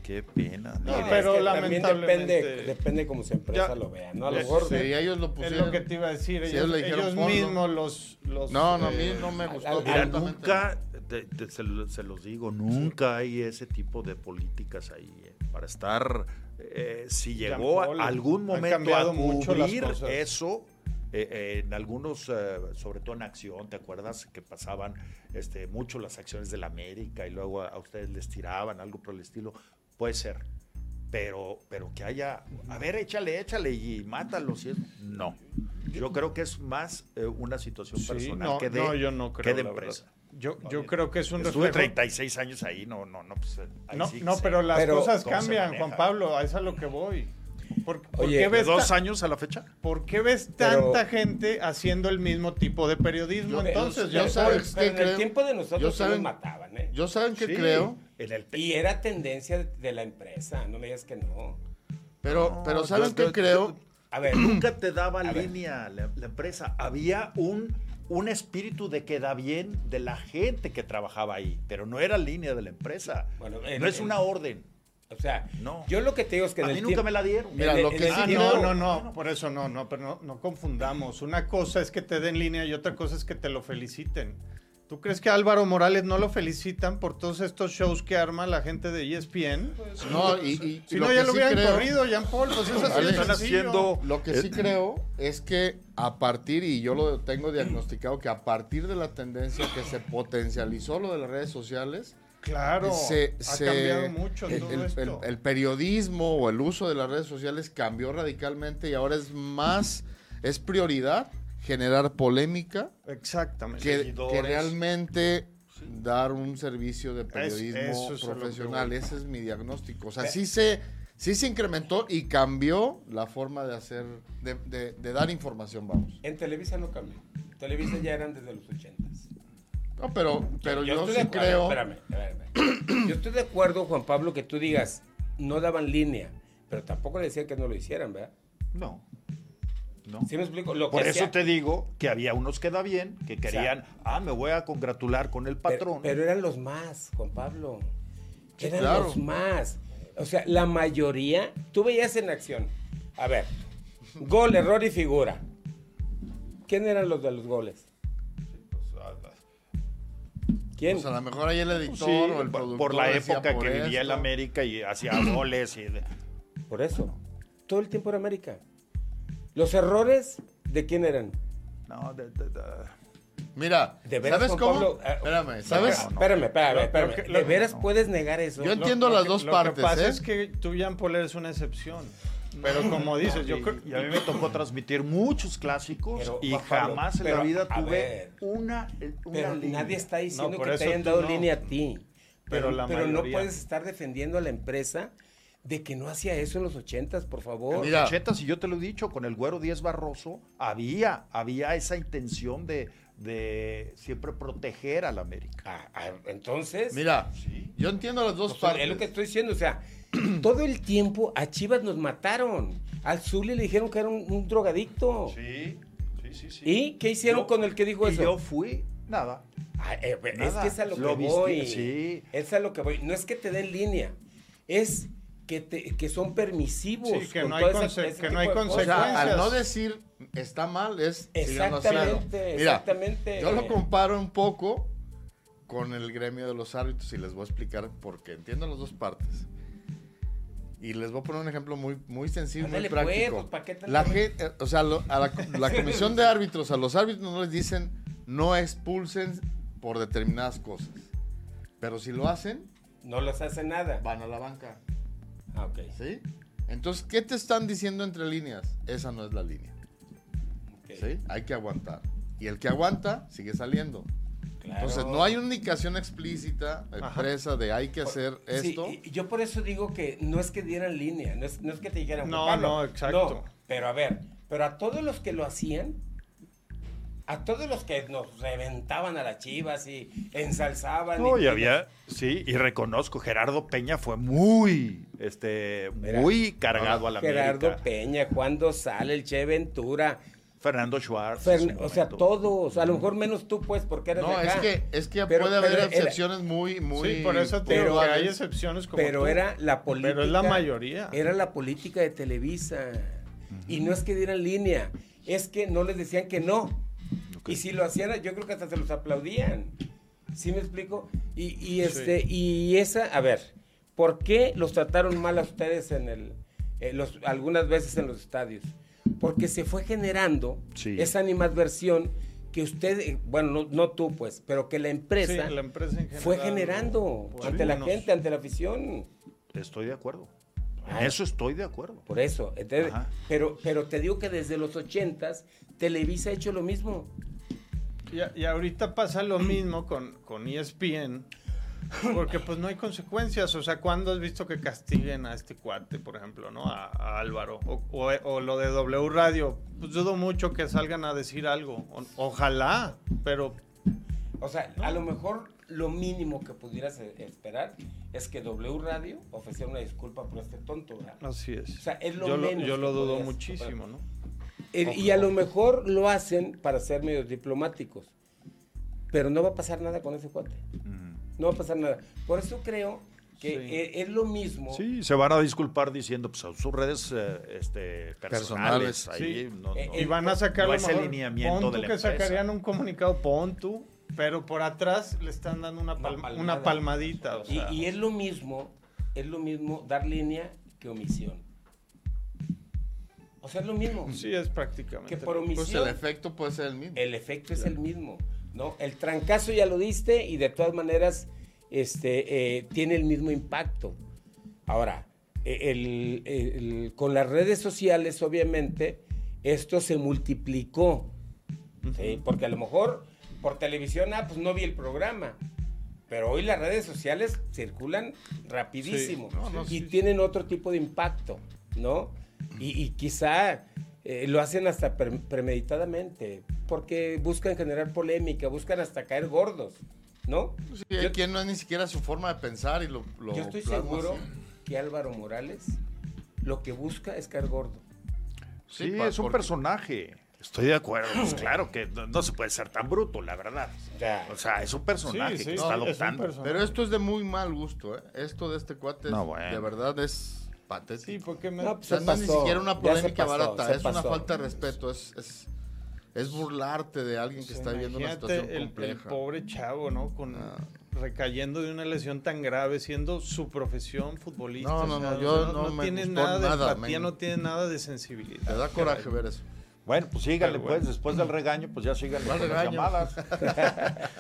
Qué pena.
No,
No,
Director.
pero
pero también
lamentablemente-
depende, depende cómo su empresa
Ya.
lo vea, ¿no? A lo
Ya,
mejor
Si ellos lo
Es
pusieron...
lo que te iba a decir.
pues Si
ellos
ellos le dijeron
ellos
ponlo.
mismos los, los,
No, no, a
eh,
mí no me gustó.
al-
Mira,
absolutamente
nunca
te- te- se, lo- se los digo, nunca hay ese tipo de políticas ahí. eh, Para estar, eh, si llegó
Jean Paul,
a algún
han
momento a
cambiado mucho las
cubrir
cosas.
eso, eh, eh, en algunos, eh, sobre todo en acción, ¿te acuerdas? Que pasaban este, mucho las acciones de la América y luego a, a ustedes les tiraban algo por el estilo. Puede ser. Pero, pero que haya, a ver, échale, échale y mátalo. Si es, no. Yo creo que es más eh, una situación
Sí,
personal
no,
que de,
no, yo no
que
creo,
de
la
empresa.
verdad. Yo, yo creo que es un
Estuve
reflejo.
36 años ahí, no, no, no. Pues, eh, ahí
No,
sí
no,
sé.
pero las
Pero-
cosas
¿cómo se
cambian,
maneja?
Juan Pablo, a eso es a lo que voy. ¿Por, por
Oye,
qué
¿De
ves ta-
dos años a la fecha?
¿Por qué ves
Pero-
tanta gente haciendo el mismo tipo de periodismo?
Yo-
Entonces,
yo
yo
sé- ¿sabes
pero
qué
en el
creo?
tiempo de nosotros
Yo
sí
saben-
nos mataban, ¿eh?
Yo saben que
Sí,
creo,
En el
Y era tendencia de- de la empresa, no me digas que no.
pero,
No,
pero
yo-
saben
yo-
que creo.
A ver,
nunca te daba
ver.
línea la, la empresa. Había un, un espíritu de que da bien de la gente que trabajaba ahí, pero no era línea de la empresa.
Bueno, el-
no es
el-
una orden.
o sea,
No.
yo lo que te digo es que
a
en
mí
el
nunca
tiempo-
me la dieron.
Mira,
en el-
lo
en
que
el
sí
Ah,
tiempo-
creo-
no, no, no, por eso no, no, pero no, no confundamos. Una cosa es que te den línea y otra cosa es que te lo feliciten. ¿Tú crees que a Álvaro Morales no lo felicitan por todos estos shows que arma la gente de E ESPN?
No, y, y-
si
y
no,
lo
ya
que
lo
sí
hubieran
creo-
corrido, Jean Paul. Pues eso
Alex,
es
están
haciendo.
Lo que sí creo es que a partir, y yo lo tengo diagnosticado, que a partir de la tendencia que se potencializó lo de las redes sociales,
Claro,
se,
ha
se-
cambiado mucho
el,
todo
el-
esto.
el- el periodismo o el uso de las redes sociales cambió radicalmente y ahora es más, es prioridad generar polémica
Exactamente.
que,
seguidores.
que realmente dar un servicio de periodismo
eso es a lo que
profesional.
voy.
Ese es mi diagnóstico. O sea, sí se, sí se incrementó y cambió la forma de hacer, de, de- de dar información, vamos.
En Televisa no cambió. Televisa ya eran desde los 80s.
No, pero, pero yo,
estoy
sí
de acuerdo.
creo.
Espérame, espérame, espérame. Yo estoy de acuerdo, Juan Pablo, que tú digas, no daban línea, pero tampoco le decían que no lo hicieran, ¿verdad?
No. No.
¿Sí me explico? Lo
Por
que
eso
sea-
te digo que había unos que da bien, que
sea,
querían, ah, me voy a congratular con el
pero-
patrón.
Pero, eran los más, Juan Pablo.
¿eh? Sí,
Eran
claro.
los más. O sea, la mayoría, tú veías en acción. A ver, gol, error y figura. ¿Quién eran los de los goles? ¿Quién?
ah, Pues a lo mejor ahí el editor
Sí,
o el
por,
productor.
por la
decía,
época
"Por
que vivía el
esto".
América y hacía goles y de-
Por eso. Todo el tiempo era América. Los errores, ¿de quién eran?
no, de- de- de-
Mira,
¿De veras,
¿sabes
Juan
cómo?
Pablo? Ah,
Espérame, ¿sabes?
Ah, Espérame, espérame,
Lo-
espérame.
lo que- lo-
¿De veras
no.
puedes negar eso?
Yo entiendo las dos
lo
partes,
que pasa
¿eh?
es que tú, Jean Paul, eres una excepción. Pero como dices, yo creo.
y a mí me tocó transmitir muchos clásicos
Pero,
y
Juan Pablo,
jamás en
pero,
la vida
a
tuve
ver.
una, eh, una
Pero
línea.
nadie está diciendo
No, por
que
eso
te hayan
tú
dado
no.
línea a ti. Pero,
Pero la
pero no
mayoría.
puedes estar defendiendo a la empresa de que no hacía eso en los ochentas, por favor.
Mira.
Chetas, y yo te lo he dicho, con el Güero Díez Barroso había, había esa intención de, de siempre proteger al América.
Ah, ah, entonces,
Mira, yo entiendo las dos
o sea,
partes.
es lo que estoy diciendo. O sea, todo el tiempo a Chivas nos mataron. Al Zuli le dijeron que era un, un drogadicto.
Sí, sí, sí, sí.
¿Y qué hicieron
Yo-
con el que dijo
y
eso?
yo fui, nada.
Ah, eh, pues, es
Nada,
que es a lo,
lo
que
visti-
voy.
sí.
Es a lo que voy. No es que te den línea. Es que, te- que son permisivos.
Sí, que
con
no hay
todo ese-
conse-
ese
que no
tipo
hay
de cosas.
O sea, al
consecuencias.
no decir está mal es seguirlo
Exactamente,
haciendo.
exactamente.
Yo lo comparo un poco con el gremio de los árbitros y les voy a explicar por qué. Entiendo las dos partes. Y les voy a poner un ejemplo muy, muy sencillo,
Ándale,
muy
pues,
práctico.
pues, ¿para qué tanto
la
me-
gente, eh, o sea, lo- a la, la comisión de árbitros, a los árbitros no les dicen no expulsen por determinadas cosas. Pero si lo hacen,
No los hace nada.
van a la banca.
Ah, ok.
¿Sí? Entonces, ¿qué te están diciendo entre líneas? Esa no es la línea.
ok,
¿sí? Hay que aguantar. Y el que aguanta sigue saliendo.
claro.
Entonces, no hay una indicación explícita, expresa, de hay que hacer
Sí,
esto.
y- y yo por eso digo que no es que dieran línea, no es, no es que te dijeran.
No,
"Juan Pablo,
no, exacto.
no". pero a ver, pero a todos los que lo hacían, a todos los que nos reventaban a las chivas y ensalzaban.
No, y
nos-
había, sí, y reconozco, Gerardo Peña fue muy, este,
Mira,
muy cargado a la
Gerardo
América.
Peña, Juan sale el Che Ventura,
Fernando Schwartz. en
Fern-
su
o sea,
momento.
todos, a lo mejor menos tú pues porque eres de
no, es
acá.
que, es que
Pero-
puede haber
pero era-
excepciones muy, muy.
sí, por eso te
pero
digo que hay
puntuales.
excepciones como.
Pero
tú.
era la política.
Pero es la mayoría.
Era la política de Televisa. Y no es que dieran línea, es que no les decían que no. Y si lo hacían, yo creo que hasta se los aplaudían. ¿Sí me explico? Y, y este, y esa, a ver, ¿por qué los trataron mal a ustedes en el, eh, los, algunas veces en los estadios? Porque se fue generando
Sí.
esa animadversión que usted, eh, bueno, no, no tú pues, pero que la
Sí,
empresa,
la empresa en general.
fue generando
por
ante la
algunos.
gente, ante la afición.
Estoy de acuerdo.
Ah.
En eso estoy de acuerdo.
Por eso. Entonces,
Ajá.
pero, pero te digo que desde los ochentas Televisa ha hecho lo mismo.
Y, y ahorita pasa
Mm.
lo mismo con, con E ESPN. Porque pues no hay consecuencias. O sea, ¿cuándo has visto que castiguen a este cuate, por ejemplo, ¿no? A, a Álvaro. O, o- o lo de W Radio. Pues dudo mucho que salgan a decir algo. O- ojalá, pero
O sea, a lo mejor lo mínimo que pudieras eh, esperar es que W Radio ofreciera una disculpa por este tonto. ¿verdad?
así es.
O sea, es lo
yo
menos
lo, yo
que
lo dudo
podías-
muchísimo, ¿no?
Eh, Y a lo mejor lo hacen para ser medios diplomáticos. Pero no va a pasar nada con ese cuate. No va a pasar nada. Por eso creo que
Sí.
eh, es lo mismo.
Sí, se van a disculpar diciendo, pues, a sus redes eh, este, personales.
Personales.
Ahí,
Sí.
no- no.
Eh,
Y van a sacar
No
lo
es
mejor.
el lineamiento
Pon tú
de la
que
empresa.
sacarían un comunicado, pon tú, pero por atrás le están dando una,
Una
palm-
palmada.
una palmadita. o
Y,
sea.
y es lo mismo, es lo mismo dar línea que omisión. O sea, es lo mismo.
Sí, es prácticamente.
Que por
Pues el
omisión
efecto puede ser el mismo.
el efecto es el mismo, ¿no? El trancazo ya lo diste y de todas maneras este, eh, tiene el mismo impacto. Ahora, eh, el- el- con las redes sociales, obviamente, esto se multiplicó. ¿sí? Porque a lo mejor por televisión, ah, pues no vi el programa. Pero hoy las redes sociales circulan rapidísimo
Sí, no, no,
y
sí, sí.
tienen otro tipo de impacto, ¿no? Y, y quizá eh, lo hacen hasta pre- premeditadamente, porque buscan generar polémica, buscan hasta caer gordos, ¿no?
Pues, Sí, hay
Yo,
quien no es ni siquiera su forma de pensar y lo, lo
yo estoy
plasma
seguro
así.
que Álvaro Morales lo que busca es caer gordo.
Sí,
Sí,
pa-
es un
porque-
personaje. Estoy de acuerdo. Pues claro que no, no se puede ser tan bruto, la verdad.
Ya.
O sea, es un personaje
Sí, sí,
que
no,
está
es un
adoptando.
personaje.
Pero esto es de muy mal gusto, ¿eh? Esto de este cuate es-
No, bueno.
de verdad es
Sí,
patético.
porque me...
No,
o sea,
Se
no pues, es ni
pasó,
siquiera una
ya se
polémica
pasó,
barata,
se
es una
pasó.
falta de respeto, es, es, es burlarte de alguien
Pues
que está viviendo una
Imagínate
situación
el- el,
compleja. Ah.
pobre chavo, ¿no? Con recayendo de una lesión tan grave, siendo su profesión futbolista.
No,
o
no,
sea,
no, yo no me
tiene
gustó
nada de
nada,
empatía,
men.
no tiene nada de sensibilidad.
Te da
caray.
coraje ver eso.
Bueno, pues síganle,
Pero bueno.
pues, después del regaño, pues ya síganle
¿Cuál
con las
regaño?
llamadas.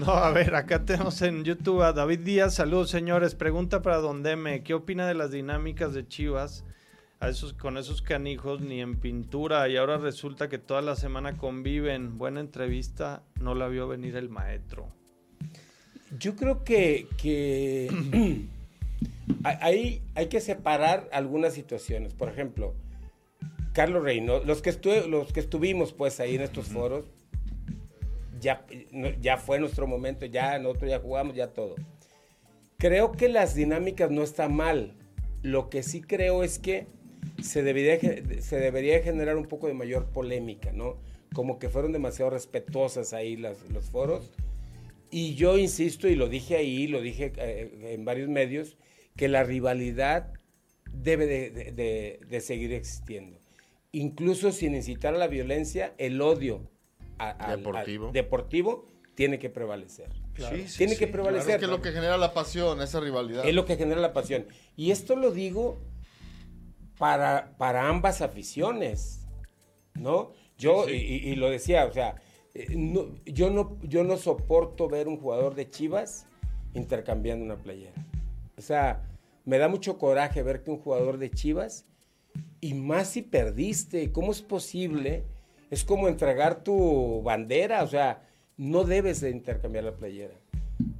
No, a ver, acá tenemos en YouTube a David Díaz. Saludos, señores. Pregunta para Don Deme. ¿Qué opina de las dinámicas de Chivas? A esos, con esos canijos ni en pintura. Y ahora resulta que toda la semana conviven. Buena entrevista. No la vio venir el maestro.
Yo creo que, que hay- hay, hay que separar algunas situaciones. Por ejemplo, Carlos Reino, los que, estu- los que estuvimos pues ahí en estos foros, ya, no- ya fue nuestro momento, ya nosotros ya jugamos, ya todo. Creo que las dinámicas no están mal. Lo que sí creo es que se debería, ge- se debería generar un poco de mayor polémica, ¿no? Como que fueron demasiado respetuosas ahí las- los foros. Y yo insisto, y lo dije ahí, lo dije eh, en varios medios, que la rivalidad debe de, de- de- de seguir existiendo. Incluso sin incitar a la violencia, el odio a- al-
Deportivo.
al deportivo tiene que prevalecer.
Sí, sí,
tiene
sí.
que
Claro,
prevalecer.
es que es lo que genera la pasión, esa rivalidad.
Es lo que genera la pasión. Y esto lo digo para, para ambas aficiones, ¿no? Yo, Y, y- y lo decía, o sea, eh, no- yo, no, yo no soporto ver un jugador de Chivas intercambiando una playera. O sea, me da mucho coraje ver que un jugador de Chivas, y más si perdiste, ¿cómo es posible? Es como entregar tu bandera, o sea, no debes de intercambiar la playera.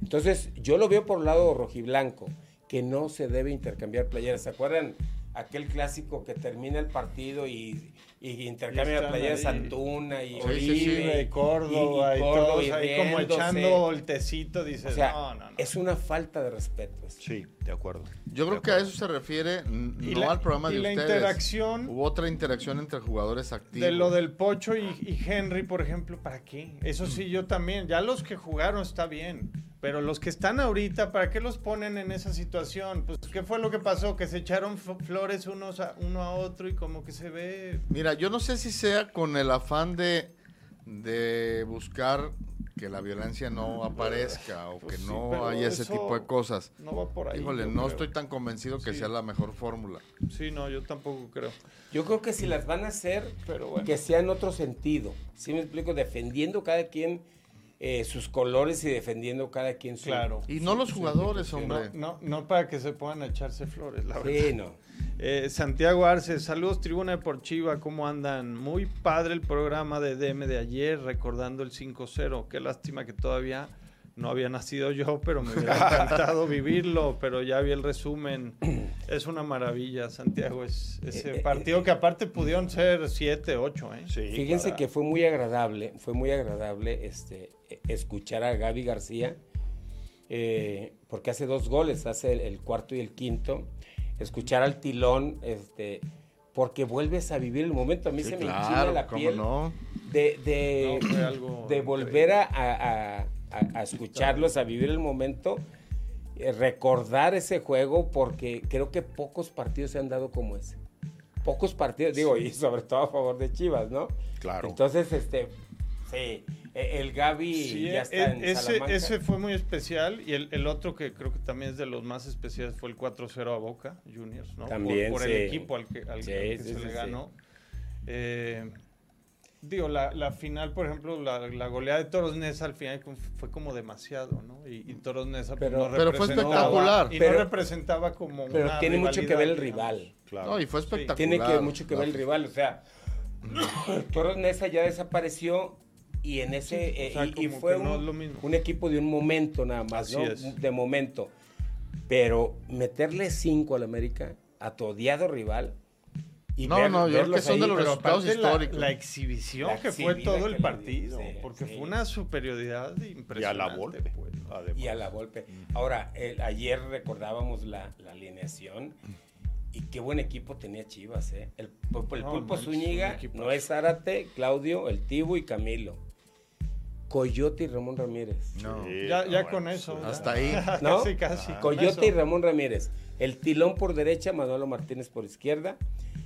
Entonces, yo lo veo por el lado rojiblanco, que no se debe intercambiar playeras. ¿Se acuerdan aquel clásico que termina el partido y, y
Y
intercambia
están
playeras
ahí.
Antuna y
Sí,
Oribe
sí, sí,
Chile, Córdoba y,
Córdoba
todos
y
ahí como
riéndose?
echando el tecito, dices,
O sea,
no, no, no.
es una falta de respeto. eso.
Sí, de acuerdo.
Yo creo que a eso se refiere n-
Y
no
la-
al programa
y
de
la
ustedes.
interacción-
Hubo otra interacción entre jugadores activos.
De lo del Pocho y, y Henry, por ejemplo, ¿para qué? Eso sí, yo también. Ya los que jugaron está bien. Pero los que están ahorita, ¿para qué los ponen en esa situación? Pues, ¿qué fue lo que pasó? Que se echaron fl- flores unos a, uno a otro y como que se ve...
Mira, yo no sé si sea con el afán de, de buscar que la violencia no aparezca o
Pues
que
sí,
no
pero
haya ese
eso
tipo de cosas.
No va por ahí.
Híjole,
yo
no
creo.
estoy tan convencido que
Sí.
sea la mejor fórmula.
Sí, no, yo tampoco creo.
Yo creo que si las van a hacer,
Pero bueno.
que sea en otro sentido. ¿Sí me explico? Defendiendo cada quien eh, sus colores y defendiendo cada quien su...
Claro.
Y no los jugadores,
No,
hombre.
no, no para que se puedan echarse flores, la verdad.
Sí, no.
Eh, Santiago Arce, saludos Tribuna Deportiva, ¿cómo andan? Muy padre el programa de DM de ayer, recordando el 5-0. Qué lástima que todavía no había nacido yo, pero me hubiera encantado vivirlo, pero ya vi el resumen. Es una maravilla, Santiago, es, ese
Eh, eh,
partido que aparte pudieron ser 7, 8, ¿eh?
Sí,
Fíjense
para-
que fue muy agradable, fue muy agradable este, e- escuchar a Gaby García, eh, porque hace dos goles, hace el, el cuarto y el quinto. Escuchar al Tilón, este, porque vuelves a vivir el momento. A mí
Sí,
se me enchina
claro,
la
cómo
piel
no.
de, de,
No, fue algo
de
increíble.
volver a, a- a- a- a escucharlos, a vivir el momento, eh, recordar ese juego, porque creo que pocos partidos se han dado como ese. Pocos partidos, digo, y sobre todo a favor de Chivas, ¿no?
Claro.
Entonces, este, sí, e- el Gaby
Sí,
ya
eh,
está en
ese,
Salamanca.
ese fue muy especial y el, el otro que creo que también es de los más especiales fue el 4-0 a Boca Juniors, ¿no? Por-
También,
por,
sí.
el equipo al que, al-
Sí,
al que
sí,
se
sí,
le
sí.
ganó. Eh, digo, la, la final, por ejemplo, la, la goleada de Toros Neza al final como- fue como demasiado, ¿no? Y, y Toros Neza pues,
Pero-
no
Pero fue
representaba-
espectacular.
Y
Pero-
no representaba como
Pero
una
tiene mucho que
rivalidad,
ver el
digamos.
rival.
Claro.
No, y fue espectacular.
Tiene que mucho que ver el
La-
rival, o sea, Toros Neza ya desapareció y en ese
Sí, o
eh,
sea,
y- y,
como
fue
que no
un,
es lo mismo.
un equipo de un momento nada más,
Así
¿no?
es.
De momento. Pero meterle cinco al América a tu odiado rival y
No,
ver-
no, yo creo que
verlos
son de
ahí,
los
pero
resultados
aparte la-
históricos.
La exhibición
La
que fue
exhibida
todo
que
el
le
partido,
dio, sí,
porque
sí.
fue una superioridad impresionante.
Y a la Volpe.
pues, ¿no?
además.
y a la golpe. Ahora, el- ayer recordábamos la, la alineación y qué buen equipo tenía Chivas, ¿eh? El, pu- el
No,
Pulpo
manches, un
Zúñiga,
equipazo.
Noé Zárate, Claudio, el Tibu y Camilo. Coyote y Ramón Ramírez.
No.
Sí,
Ya,
no,
ya
bueno,
con
sí.
eso.
Hasta ahí.
¿No? Ah.
Casi, casi. con Ah, eso.
Coyote y Ramón Ramírez. El Tilón por derecha, Manolo Martínez por izquierda.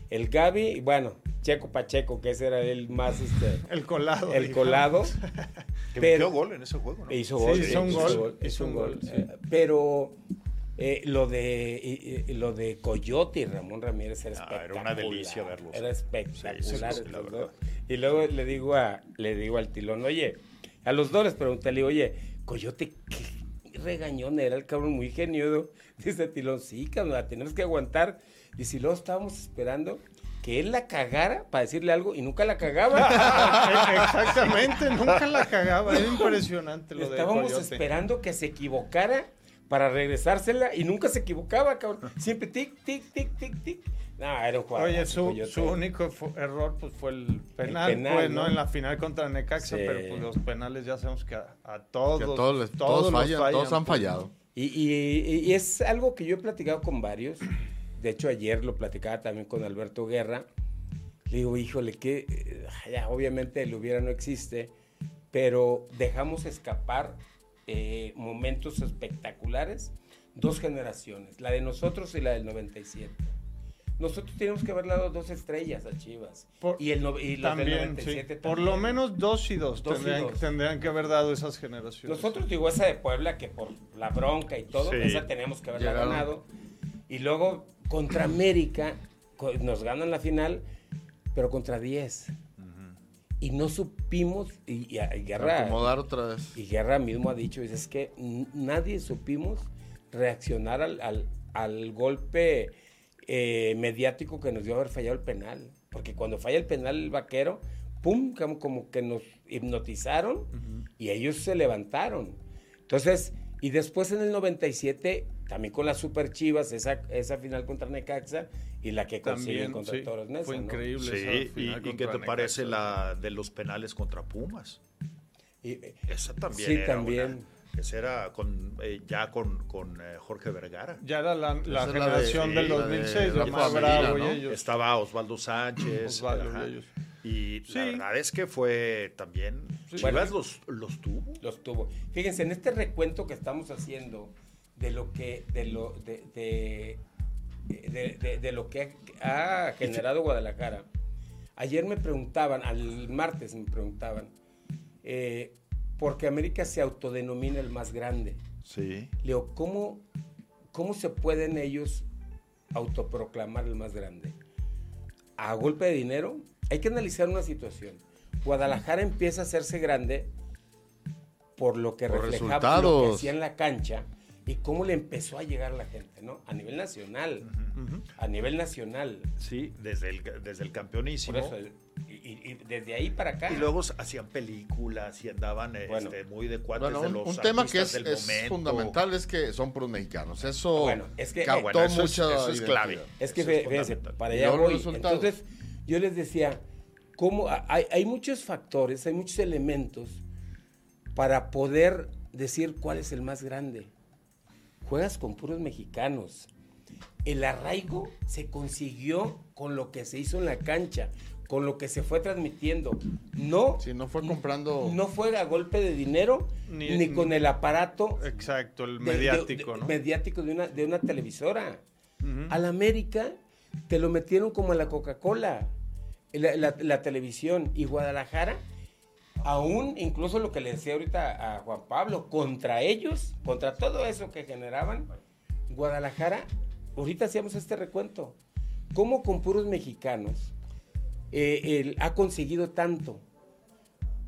El Gaby, y bueno, Checo Pacheco, que ese era el más, este,
El colado.
el
dijo.
colado. Pero-
Que
e
metió gol en ese juego, ¿no?
Hizo
Sí,
gol.
hizo un gol,
Hizo un gol. Eh, Pero eh, lo de eh, eh, lo de Coyote y Ramón Ramírez era
Ah,
espectacular.
era una delicia verlos.
Era espectacular.
Sí, sí, sí, la
los
verdad.
dos. Y luego le digo a le digo al tilón, oye, a los dos les pregunté, le digo, oye, Coyote, qué regañón era el cabrón muy geniudo. Dice Tilón, sí, cabrón, la tenemos que aguantar. Y si luego estábamos esperando que él la cagara para decirle algo y nunca la cagaba.
Ah, e- Exactamente, nunca la cagaba. Era impresionante lo de
Estábamos
Coyote.
esperando que se equivocara para regresársela y nunca se equivocaba, cabrón. Siempre tic, tic, tic, tic, tic. No, era un jugador.
Oye, su, su único fo- error pues, fue el penal,
penal,
pues, ¿no?
¿no?
En la final contra Necaxa,
Sí.
pero pues, los penales ya sabemos que a, a todos,
que todos, les- todos
los
fallan, todos han
pues,
fallado.
Y, y- y es algo que yo he platicado con varios. De hecho, ayer lo platicaba también con Alberto Guerra. Le digo, híjole, que eh, ya, obviamente el hubiera no existe, pero dejamos escapar eh, momentos espectaculares, dos generaciones, la de nosotros y la del 97. Nosotros teníamos que haber dado dos estrellas a Chivas.
Por-
y el no- y los del
También,
97
sí. Por
también.
lo menos dos y dos,
Dos y
tendrían,
dos.
tendrían que haber dado esas generaciones.
Nosotros, digo, esa de Puebla, que por la bronca y todo,
Sí.
esa teníamos que haberla
Llegaron.
ganado. Y luego, contra América, co- nos ganan la final, pero contra 10. Y no supimos, y, y- y Guerra,
Acomodar otra vez.
y Guerra mismo ha dicho, dice, es que n- nadie supimos reaccionar al, al- al golpe eh, mediático que nos dio haber fallado el penal. Porque cuando falla el penal el vaquero, ¡pum! Como, como que nos hipnotizaron y ellos se levantaron. Entonces, y después en el 97, también con las Super Chivas, esa, esa final contra Necaxa y la que
también
consiguen contra
sí,
Toros Neza,
fue
¿no?
increíble. esa
Sí, y,
final
y qué
contra
te parece
Necaxa.
la de los penales contra Pumas?
Y- eh,
Esa también.
Sí,
era
también.
una- esa era con, eh, ya con, con eh, Jorge Vergara.
Ya era la, la
es la de-
generación
sí,
del
la de
2006,
Rafa
Rafa
Medina,
Bravo
¿no?
y ellos.
Estaba Osvaldo Sánchez.
Osvaldo
ajá.
y ellos.
Y
Sí.
la verdad es que fue también.
Sí.
Chivas los, los tuvo.
los tuvo. Fíjense, en este recuento que estamos haciendo de lo que de lo de, de, de- de- de lo que ha ha generado Guadalajara. Ayer me preguntaban, al martes me preguntaban, eh, porque América se autodenomina el más grande.
Sí.
Leo, ¿cómo, ¿cómo se pueden ellos autoproclamar el más grande? ¿A golpe de dinero? Hay que analizar una situación. Guadalajara empieza a hacerse grande por lo que
Por
reflejaba lo que
resultados.
hacía en la cancha y cómo le empezó a llegar la gente, ¿no? A nivel nacional. A nivel nacional.
Sí, desde el, desde el campeonísimo.
Por eso, el- y, y- y desde ahí para acá.
Y luego hacían películas y andaban eh,
Bueno.
este, muy de cuates
Bueno,
de
un,
los
un tema que es,
artistas del
es
momento.
fundamental es que son puros mexicanos. Eso
Bueno, es que-
captó
Ah,
bueno, eso es-
mucha
eso es clave.
identidad.
Es que
Eso es
fí- fíjense,
fundamental.
para
Y
allá
luego los
voy.
resultados.
Entonces, yo les decía, ¿cómo? A- Hay, hay muchos factores, hay muchos elementos para poder decir cuál es el más grande. Juegas con puros mexicanos. El arraigo se consiguió con lo que se hizo en la cancha, con lo que se fue transmitiendo. No,
Sí, no fue comprando-
No fue a golpe de dinero,
Ni-
ni, con el aparato
Exacto, el
de- de-
mediático,
de-
¿no?
mediático de una, de una televisora. Al América te lo metieron como a la Coca-Cola, la, la- la televisión. Y Guadalajara, aún incluso lo que le decía ahorita a Juan Pablo, contra ellos, contra todo eso que generaban, Guadalajara, ahorita hacíamos este recuento. ¿Cómo con puros mexicanos eh, él ha conseguido tanto?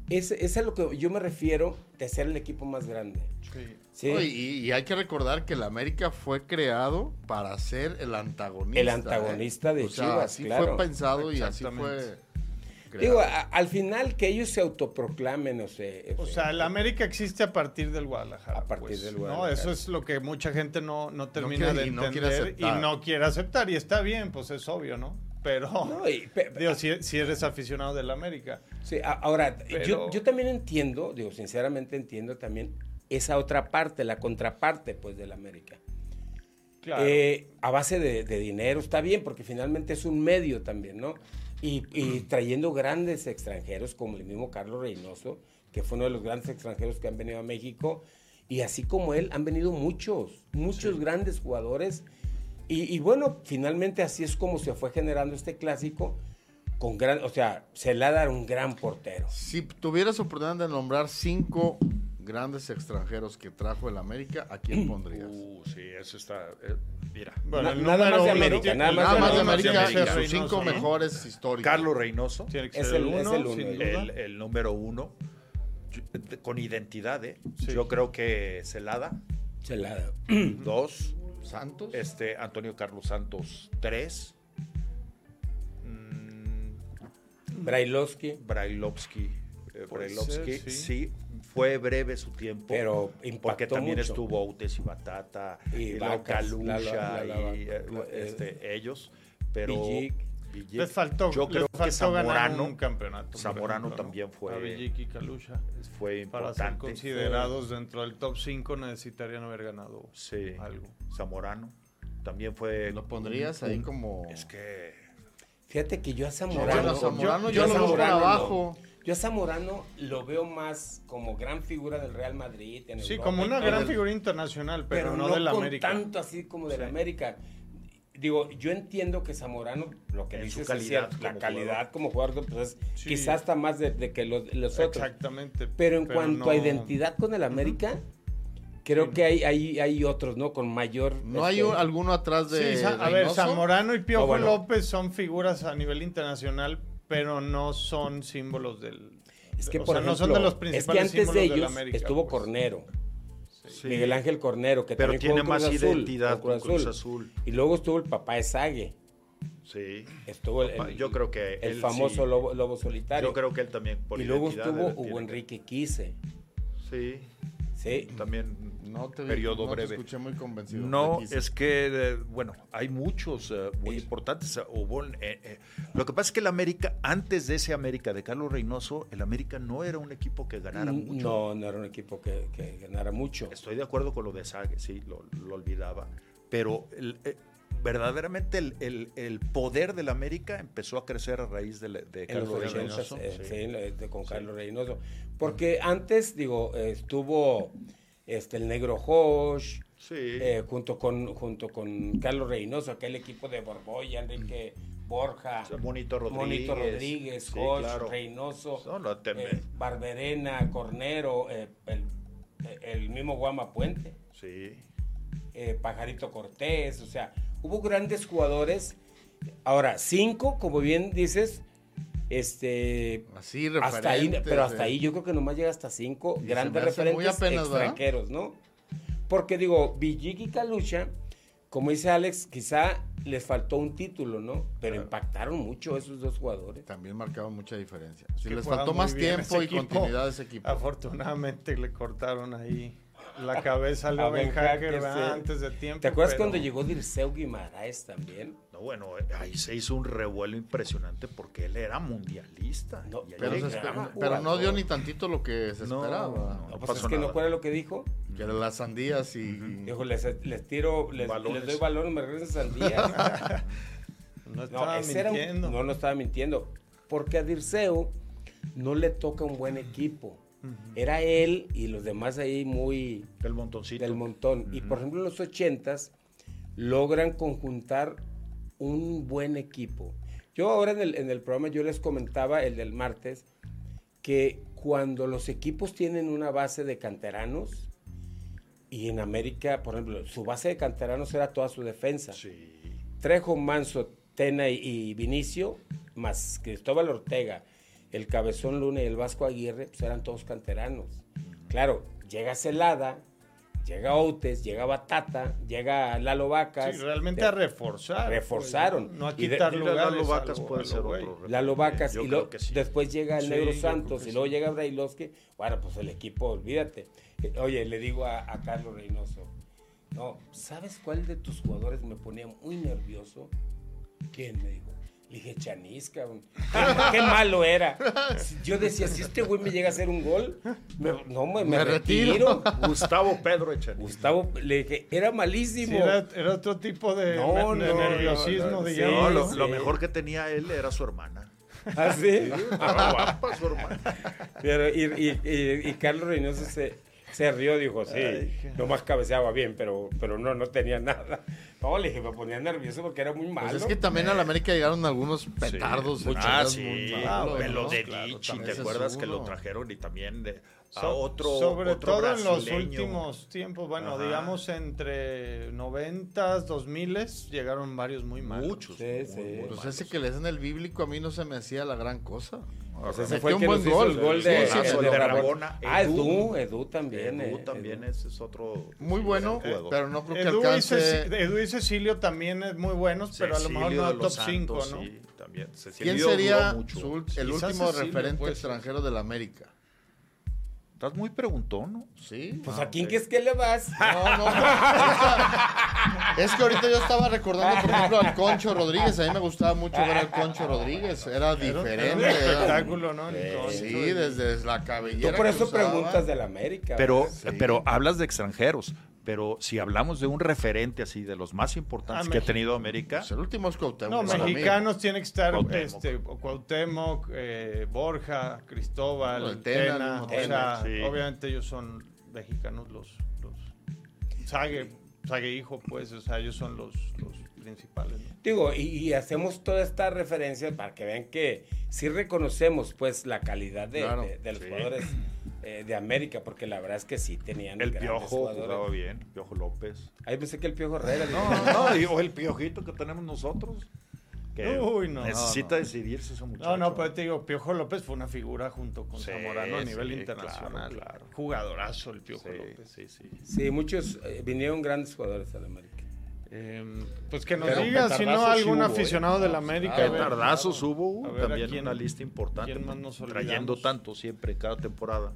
Es, es a lo que yo me refiero de ser el equipo más grande.
Sí.
¿sí?
Oye, y, y hay que recordar que el América fue creado para ser el antagonista.
El antagonista
¿eh?
de
O sea,
Chivas,
así
claro.
fue pensado y así fue
Exactamente.
creado.
Digo, ah, a- al final que ellos se autoproclamen, o sea,
O sea, el América existe a partir del Guadalajara.
A partir
pues,
del
¿no?
Guadalajara.
Eso es lo que mucha gente no, no termina
quiere-
de
y no quiere
entender y
aceptar.
no quiere aceptar. Y está bien, pues es obvio, ¿no? Pero,
No, y pe-
digo, si, si eres aficionado del América.
sí, a- ahora,
Pero-
yo, yo también entiendo, digo, sinceramente entiendo también esa otra parte, la contraparte, pues, del América.
Claro.
Eh, a base de, de dinero, está bien, porque finalmente es un medio también, ¿no? Y, y trayendo grandes extranjeros, como el mismo Carlos Reynoso, que fue uno de los grandes extranjeros que han venido a México, y así como él, han venido muchos, muchos grandes jugadores. Y, y bueno, finalmente así es como se fue generando este clásico, con gran, o sea, se le ha dado un gran portero.
Si tuvieras oportunidad de nombrar cinco grandes extranjeros que trajo el América, ¿a quién pondrías?
Uh, sí, eso está. eh, mira.
Bueno,
na-
el
nada
número
más de
uno
América,
tiene-
nada
el
más
Nada más de
número uno tiene
América
que
y
ser
sus
Reynoso,
cinco
¿no?
mejores históricos.
Carlos Reynoso,
Tiene que
Es
ser el,
el- es
uno,
el uno,
sin
el-
duda.
el, el número uno. Yo- con identidad, ¿eh?
Sí.
Yo creo que Celada.
Se le ha dado.
Dos.
Santos.
Este, Antonio Carlos Santos. Tres. Mm,
Brailovsky,
Brailovsky. eh,
Puede
Brailovsky,
ser, sí.
sí. fue breve su tiempo.
Pero
Porque
impactó
también
mucho.
estuvo Outes y Batata,
Y
y
Vacas,
Calucha,
la- la- la-
y eh,
la-
este, ellos. Pero
Villic.
Villic.
Les faltó,
Yo creo
les faltó
que
ganar
Zamorano
un campeonato. por
Zamorano
ejemplo, ¿no?
también fue-
A Villic y Kalusha.
fue
Para
importante.
ser considerados dentro del top 5 necesitarían haber ganado
Sí.
algo.
Zamorano. También fue.
eh, ¿Lo pondrías
un-
ahí
un-
como...?
Es que.
Fíjate que yo a
Yo
Zamorano.
a Zamorano,
a
yo lo veo por
Zamorano no.
abajo.
Yo a Zamorano lo veo más como gran figura del Real Madrid. en
Sí,
Europa
como
y
una
todo,
gran figura internacional, pero,
Pero,
no,
no
del
con
América.
tanto así como del
Sí.
América. Digo, yo entiendo que Zamorano, lo que
En su
dice
calidad
la
como
calidad
jugador.
como jugador, pues es
Sí.
quizás hasta más de, de que los, los otros.
Exactamente.
Pero en cuanto a
no-
identidad con el América, creo que hay, hay, hay otros, ¿no? Con mayor.
¿No hay
este,
un- alguno atrás de
Sí, Sa- a ver,
Reynoso?
Zamorano y Piojo
No, Ah, bueno.
López son figuras a nivel internacional, pero no son símbolos del.
Es que,
o
por
sea, no son
ejemplo,
de los
es que
principales
antes de
símbolos del
ellos
América,
estuvo
pues.
Cornero.
sí.
Miguel Ángel Cornero, que
Pero
también
tiene
jugó en
más
Cruz Azul,
identidad
con Cruz
con Cruz
Azul.
Azul.
Y luego estuvo el papá de Sague.
Sí.
Estuvo el,
Papá,
el-
yo creo que
el
él
famoso
sí.
lobo, lobo solitario.
Yo creo que él también. por
y luego
identidad
estuvo
debe-
Hugo
tiene-
Enrique Quise.
Sí.
Sí.
También.
No te,
periodo
no te
breve.
escuché muy convencido.
No,
Te quise.
es que, eh, bueno, hay muchos eh, muy importantes. eh, hubo, eh, eh, Lo que pasa es que el América, antes de ese América de Carlos Reynoso, el América no era un equipo que ganara mucho.
Mm, No, no era un equipo que, que ganara mucho.
Estoy de acuerdo con lo de Sague, sí, lo, lo olvidaba. Pero el, eh, verdaderamente el, el- el poder del América empezó a crecer a raíz de, la- de
En los eh,
Carlos Reynoso.
80
sí.
con Carlos Reynoso. Porque antes, digo, eh, estuvo este, el negro Josh,
Sí.
eh, junto, con, junto con Carlos Reynoso, aquel equipo de Borboya, Enrique Borja,
Monito Rodríguez.
Monito Rodríguez,
Sí,
Koch,
claro.
Reynoso,
No, no, te-
eh, Barberena, Cornero, eh, el, eh, el mismo Guama Puente,
Sí.
eh, Pajarito Cortés, o sea, hubo grandes jugadores. Ahora, cinco, como bien dices, este...
Así,
Hasta ahí,
referentes,
pero hasta
eh.
ahí yo creo que nomás llega hasta cinco
Y se me
grandes
hace muy
referentes
apenas, ¿verdad?
extranjeros, ¿no? Porque digo, Villiqui y Calucha, como dice Alex, quizá les faltó un título, ¿no? Pero impactaron mucho esos dos jugadores.
También marcaba mucha diferencia. Si
que
les
juega
faltó
muy
más
bien
tiempo
ese
y
equipo.
continuidad a ese equipo.
Afortunadamente le cortaron ahí la cabeza al
A
Ben
Ben
Hacker
Hacker,
¿verdad?
sí.
antes de tiempo.
¿Te acuerdas
pero-
cuando llegó Dirceu Guimaraes también?
No, bueno, eh, ahí se hizo un revuelo impresionante porque él era mundialista.
No,
y ahí
Pero, se
llegaba.
esper-
jugador.
pero no dio ni tantito lo que se
No,
esperaba.
no.
No, pues es
pasó
que
nada.
no fuera lo que dijo.
Que eran las sandías y... pues
Dijo, les, les tiro, les,
Balones.
les doy balones, me regresan sandías.
No
No,
estaba
ese era un-
mintiendo.
no, no estaba mintiendo. Porque a Dirceu no le toca un buen equipo. Era él y los demás ahí muy
Del montoncito.
del montón. Y por ejemplo, en los ochentas logran conjuntar un buen equipo. Yo ahora en el, en el programa, yo les comentaba el del martes, que cuando los equipos tienen una base de canteranos, y en América, por ejemplo, su base de canteranos era toda su defensa.
Sí.
Trejo, Manso, Tena y, y Vinicio, más Cristóbal Ortega, el Cabezón Luna y el Vasco Aguirre, pues eran todos canteranos. Claro, llega Celada, llega Outes, llega Batata, llega Lalo Vacas.
Sí, realmente
de-
a reforzar.
reforzaron.
pues, No a
Y de-
quitar
Y
lugares.
Lalo
a
Vacas
lo-
puede
a lo
ser
güey.
otro.
Lalo Vacas,
Yo
y
creo
lo-
que sí.
después llega el
Sí, yo
Negro
creo
Santos,
que
y luego
sí.
llega Brailovsky. Bueno, pues el equipo, olvídate. Eh, Oye, le digo a, a Carlos Reynoso, no, ¿sabes cuál de tus jugadores me ponía muy nervioso? ¿Quién me dijo? Le dije, Chanis, cabrón. Qué malo era. Yo decía, si este güey me llega a hacer un gol, me- no, me, me
Me retiro.
retiro.
Gustavo Pedro Echaniz.
Gustavo, le dije, era malísimo.
Sí, era, era otro tipo de,
No,
de
no,
nerviosismo,
no, no, sí,
digamos.
No, lo,
sí.
lo mejor que tenía él era su hermana.
¿Ah, sí?
Estaba guapa su hermana.
Pero, y, y- y- y Carlos Reynoso se, se rió, dijo, sí,
Ay, qué-
nomás cabeceaba bien, pero, pero no, no tenía nada. No, le dije, me ponía nervioso porque era muy malo.
Pues es que también a la América llegaron algunos petardos.
Sí. Ah,
echadas muy
sí.
malos,
Ah, Pelo
¿no?
de
Claro,
Dichi,
también
¿te
ese es
acuerdas que lo
uno.
trajeron? Y también de- a
So-
otro
sobre
otro
todo en los
brasileño.
últimos tiempos, bueno,
Ajá.
digamos entre 90s, 2000 llegaron varios muy malos.
Muchos.
Sí,
muy,
sí.
muy
Pues
Pues
malos.
ese que le hacen el bíblico a mí no se me hacía la gran cosa.
Pues ese
Metió
fue el
un
que
buen
nos hizo
gol,
el
gol de-
sí,
el
el
de
Rabona.
Ah,
Edu.
Edu, Edu también.
Edu
eh,
también
Edu.
ese es otro.
Muy bueno,
jugador.
pero no creo que
Edu, y
alcance.
Ceci- Edu y Cecilio también es muy buenos, pero a lo mejor
Cecilio
no
de
al top
los
5,
Santos,
¿no?
sí, también.
¿Quién
Cecilio
sería
duró mucho.
su ul- el
Quizás
último
Cecilio,
referente
pues.
extranjero de la América?
Estás muy preguntón, ¿no?
¿Sí?
Pues
Ah,
a quién
ok.
crees que le vas.
No, no. ahorita- Es que ahorita yo estaba recordando, por ejemplo, al Concho Rodríguez. A mí me gustaba mucho ver al Concho Rodríguez. Era
Era un- era
diferente.
un
era-
espectáculo, ¿no?
Sí, desde la
Tú
cabellera.
por
que
eso
usaba.
preguntas del América.
Pero,
¿verdad?
pero hablas de extranjeros. Pero si hablamos de un referente así, de los más importantes
Ah,
que ha
México.
tenido América,
Pues el último es
No,
Cuauhtémoc. para mí.
mexicanos tiene que estar
Cuauhtémoc.
este, o Cuauhtémoc, eh, Borja,
Bueno,
Cristóbal,
el Tena, el
Tena.
mismo
o
Tena,
sea,
sí.
obviamente ellos son mexicanos los... los Sague, Sague hijo, pues, o sea, ellos son los, los principales, ¿no?
Digo, y, y hacemos toda esta referencia para que vean que sí reconocemos pues la calidad de,
Claro,
de- de los
sí.
jugadores eh, de América, porque la verdad es que sí tenían
el
grandes
Piojo
jugadores.
jugaba bien, Piojo López.
Ahí pensé que el Piojo Herrera. digo,
No, no, y- o el Piojito que tenemos nosotros. Que
Uy, no,
necesita
no, no.
decidirse ese muchacho.
No, no, pero te digo, Piojo López fue una figura junto con
Sí,
Zamorano a nivel
sí,
internacional.
claro, claro.
Jugadorazo el Piojo
Sí,
López.
sí, sí.
Sí, muchos eh, vinieron grandes jugadores al América.
Eh, pues que nos
Pero
diga si no
petardazos
algún
sí hubo,
aficionado
¿eh?
de la América.
Claro.
a ver.
Petardazos hubo,
A ver, ¿a
también
quién-
una lista importante.
quién más nos olvidamos?
trayendo tanto siempre, cada temporada.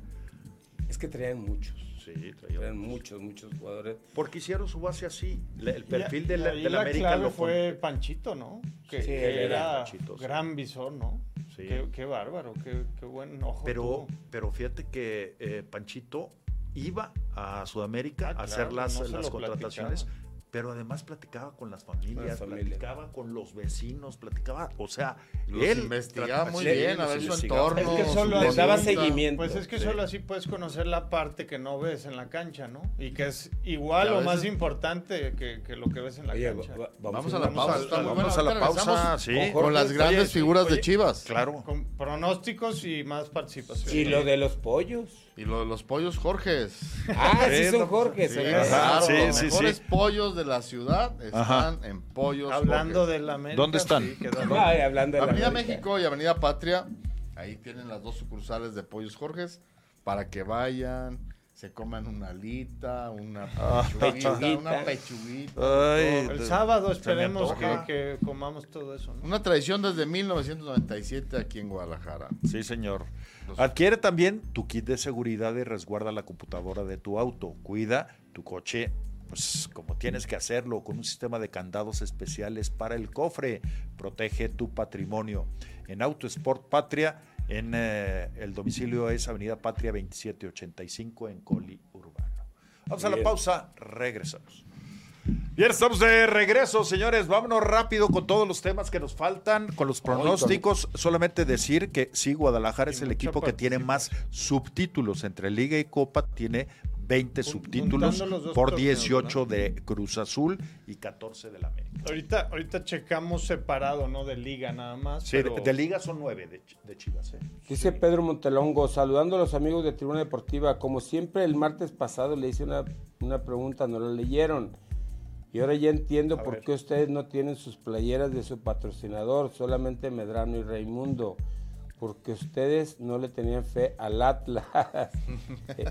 Es que traían muchos.
Sí,
Traían
trayendo.
muchos, muchos jugadores.
Porque hicieron su base así. la- el
Y-
perfil
y
de la,
ahí
de la América
clave
lo
fue Panchito, ¿no? Que,
Sí,
que
él era
era
Panchito, sí.
gran visor, ¿no?
Sí.
Qué, qué bárbaro, qué, qué buen ojo.
Pero,
tuvo.
pero fíjate que eh, Panchito iba a Sudamérica
Ah,
a hacer
claro,
las,
no se
las
lo
contrataciones, pero además platicaba con las familias,
Las familias.
platicaba con los vecinos, platicaba, o sea,
Los
él
investigaba muy
sí,
bien, a
los
ver su
investigaba.
entorno.
Es que solo
su
le daba
conducta.
seguimiento.
Pues es que
Sí.
solo así puedes conocer la parte que no ves en la cancha, ¿no? Y que es igual
Y a
o más
veces-
importante que, que lo que ves en la
Oye,
cancha.
va- va-
Vamos a la
Vamos
pausa.
al-
está muy
vamos
buena.
a la
Ahorita
pausa,
regresamos
sí.
Con, las grandes
Oye, sí,
figuras
oye.
de Chivas.
Claro.
Con pronósticos y más participación.
Y lo de los pollos.
Y lo de los pollos Jorges.
Ah, sí,
Sí,
son
no,
Jorge.
Sí,
son-
claro,
sí,
los
sí,
mejores
sí.
pollos de la ciudad están
Ajá.
en pollos
Hablando
Jorges.
de la América.
¿Dónde están?
sí, que da-
Ay, hablando de la
Avenida
América.
México y Avenida Patria, ahí tienen las dos sucursales de Pollos Jorges para que vayan, se coman una alita, una pechuguita,
Ah, Pechuguita.
una pechuguita.
Ay,
El
te-
sábado
se me
esperemos que,
antoja.
que comamos todo eso, ¿no?
Una tradición desde 1997 aquí en Guadalajara.
Sí, señor. Adquiere también tu kit de seguridad y resguarda la computadora de tu auto. Cuida tu coche, pues como tienes que hacerlo, con un sistema de candados especiales para el cofre. Protege tu patrimonio. En Autosport Patria, en eh, el domicilio es Avenida Patria 2785 en Coli Urbano. Vamos a la
Bien.
pausa, regresamos. Bien, estamos de regreso, señores. Vámonos rápido con todos los temas que nos faltan, con los pronósticos. Solamente decir que sí, Guadalajara es el
mucha
equipo que tiene más subtítulos entre Liga y Copa. Tiene 20 subtítulos
juntando los dos
por
torneos,
18 de Cruz Azul y 14 del América.
Ahorita, ahorita checamos separado, ¿no? De liga nada más.
Sí,
pero-
de, de Liga son 9 de, Ch- de Chivas. ¿eh?
Dice Pedro Montelongo, saludando a los amigos de Tribuna Deportiva. Como siempre, el martes pasado le hice una, una pregunta, no la leyeron. Y ahora ya entiendo por qué ustedes no tienen sus playeras de su patrocinador, solamente Medrano y Raimundo. Porque ustedes no le tenían fe al Atlas. Eh,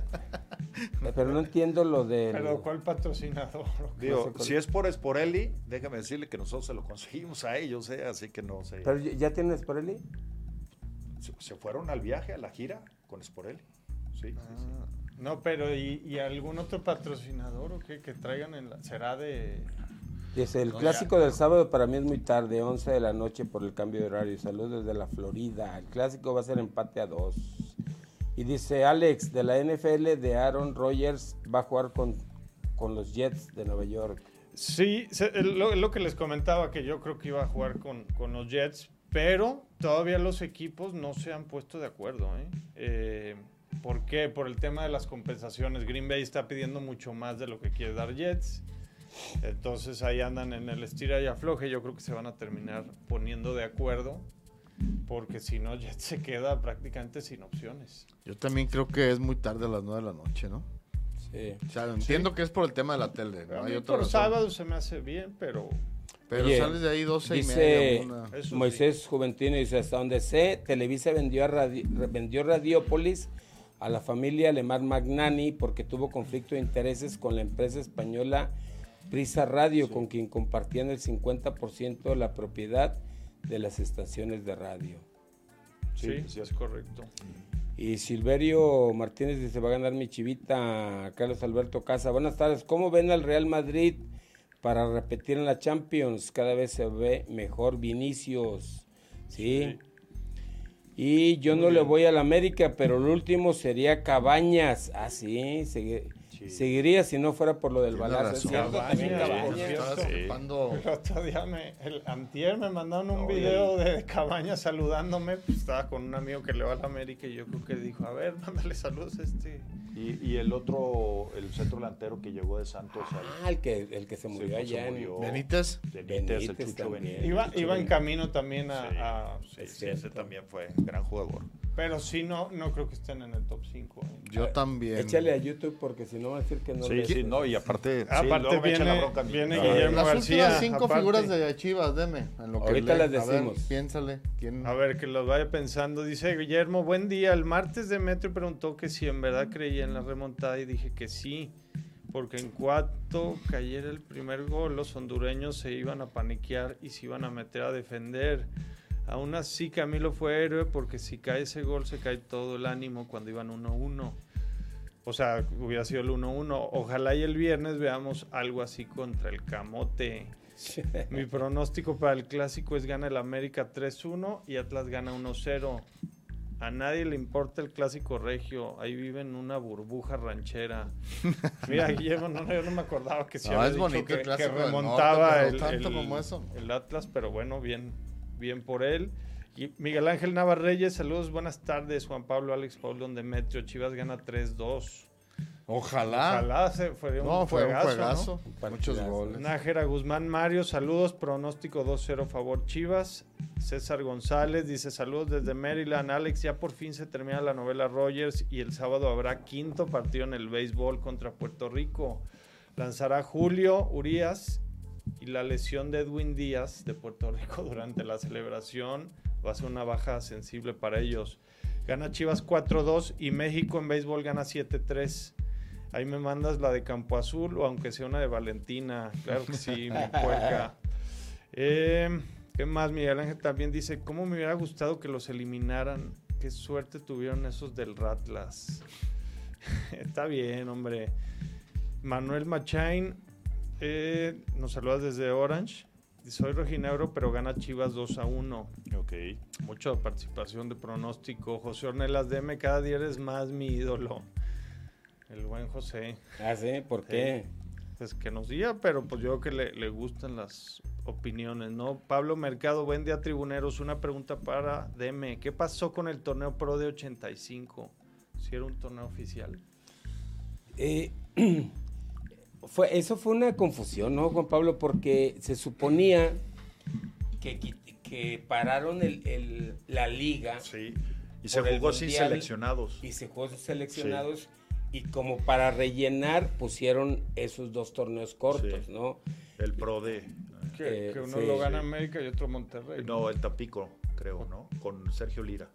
Pero no entiendo lo de...
Pero ¿cuál patrocinador?
Digo,
sé cuál-
si es por Esporelli, déjame decirle que nosotros se lo conseguimos a ellos, ¿eh? así que no sé.
Pero ya tienes por él.
Se, se fueron al viaje, a la gira con Esporelli. Sí, sí, sí.
Ah, No, pero ¿y, y algún otro patrocinador o qué que traigan en la... ¿Será de...?
Dice, el clásico del sábado para mí es muy tarde, 11 de la noche por el cambio de horario. Saludos desde la Florida. El clásico va a ser empate a dos. Y dice, Alex, de la NFL de Aaron Rodgers va a jugar con, con los Jets de Nueva York.
Sí, se- eh, lo, lo que les comentaba, que yo creo que iba a jugar con, con los Jets, pero todavía los equipos no se han puesto de acuerdo. ¿eh? Eh, por qué? Por el tema de las compensaciones. Green Bay está pidiendo mucho más de lo que quiere dar Jets. Entonces ahí andan en el estira y afloje. Yo creo que se van a terminar poniendo de acuerdo, porque si no, Jets se queda prácticamente sin opciones.
Yo también creo que es muy tarde a las 9 de la noche, ¿no?
Sí.
O sea, entiendo que es por el tema de la tele, no
A
hay
mí
otra
por
razón.
sábado se me hace bien, pero
Pero
Oye,
sales de ahí 12
dice-
y media. una.
eso sí.
Moisés Juventino dice, hasta donde sé, Televisa vendió, a Radi- vendió Radiópolis a la familia Alemán Magnani porque tuvo conflicto de intereses con la empresa española Prisa Radio, con quien compartían el 50% de la propiedad de las estaciones de radio.
Sí,
Sí, sí.
es correcto.
Y Silverio Martínez dice, va a ganar mi chivita, Carlos Alberto Casa. Buenas tardes, ¿cómo ven al Real Madrid para repetir en la Champions? Cada vez se ve mejor Vinicius, ¿sí? Y yo no le voy al América, pero el último sería Cabañas. Ah, sí, segui- seguiría si no fuera por lo del
Tiene
balazo.
razón.
¿Es cierto? También
Cabañas,
Porque
Cabañas.
estaba
Sí.
aceptando-
El otro día me, el antier me mandaron un video de Cabañas saludándome. Pues estaba con un amigo que le va a la América y yo creo que dijo, a ver, mándale saludos a este.
Y, y el otro, el centro delantero que llegó de Santos
Ah, el que, el que se murió
que se
allá en-
Oh.
murió.
Benítez.
Benítez, el
Benítez
Chucho
también.
Benítez.
Iba, iba en camino también a...
Sí,
a- este,
sí,
es
sí,
cierto.
ese también fue gran jugador.
pero sí, no, no creo que estén en el top 5.
Yo también.
Échale a YouTube porque si no va a decir que no
Sí,
le-
sí, no, y aparte, sí,
Aparte
luego me echa la
viene-
bronca a mí.
viene
Ah,
Guillermo.
Las
García,
últimas cinco
aparte.
figuras de Chivas, deme. En lo que
Ahorita
leen.
las
A ver,
decimos.
piénsale. ¿quién?
A ver, que los vaya pensando. Dice Guillermo, buen día. El martes Demetrio preguntó que si en verdad creía en la remontada y dije que sí. Porque en cuanto cayera el primer gol, los hondureños se iban a paniquear y se iban a meter a defender. Aún así, Camilo fue héroe porque si cae ese gol, se cae todo el ánimo cuando iban 1-1. O sea, hubiera sido el 1-1. Ojalá y el viernes veamos algo así contra el Camote. Mi pronóstico para el clásico es gana el América 3-1 y Atlas gana 1-0. A nadie le importa el clásico regio. Ahí viven una burbuja ranchera. Mira, Guillermo, no, yo no me acordaba que se
No,
había
es
dicho
bonito
que,
el clásico
que
del
remontaba
norte,
el,
pero tanto
el-
como eso.
el Atlas, pero bueno, bien, bien por él. Y Miguel Ángel Navarreyes, saludos, buenas tardes. Juan Pablo, Alex Paul, donde Metro Chivas gana 3-2.
Ojalá.
Ojalá se fue un
Ah. No, fue un
juegazo, ¿no?
juegazo.
¿no?
Muchos
Partidazo.
goles.
Nájera Guzmán Mario, saludos, pronóstico 2-0 favor Chivas. César González dice saludos desde Maryland. Alex, ya por fin se termina la novela Rogers y el sábado habrá quinto partido en el béisbol contra Puerto Rico. Lanzará Julio Urias y la lesión de Edwin Díaz de Puerto Rico durante la celebración va a ser una baja sensible para ellos. Gana Chivas 4-2 y México en béisbol gana 7-3. Ahí me mandas la de Campo Azul o aunque sea una de Valentina. Claro que sí, mi puerca. Eh, ¿Qué más? Miguel Ángel también dice, ¿cómo me hubiera gustado que los eliminaran? Qué suerte tuvieron esos del Ratlas. Está bien, hombre. Manuel Machain eh, nos saludas desde Orange. Soy rojinegro, pero gana Chivas 2 a 1.
Ok.
Mucha participación de pronóstico. José Ornelas DM, cada día eres más mi ídolo. El buen José.
Ah, sí, ¿por qué?
Pues que nos diga, pero pues yo creo que le, le gustan las opiniones, ¿no? Pablo Mercado, buen día, tribuneros. Una pregunta para DM. ¿Qué pasó con el torneo Pro de 85? Si era un torneo oficial.
Eh, fue, eso fue una confusión, ¿no, Juan Pablo? Porque se suponía que, qui- que pararon el- el- la liga
Sí. Y se
Por el
jugó sin
Mundial.
seleccionados.
y se jugó sus seleccionados y como para rellenar pusieron esos dos torneos cortos,
Sí.
¿no?
El pro de.
Que,
Eh,
que uno
sí,
lo gana
sí.
América y otro Monterrey.
No, el Tampico, creo, ¿no? Con Sergio Lira.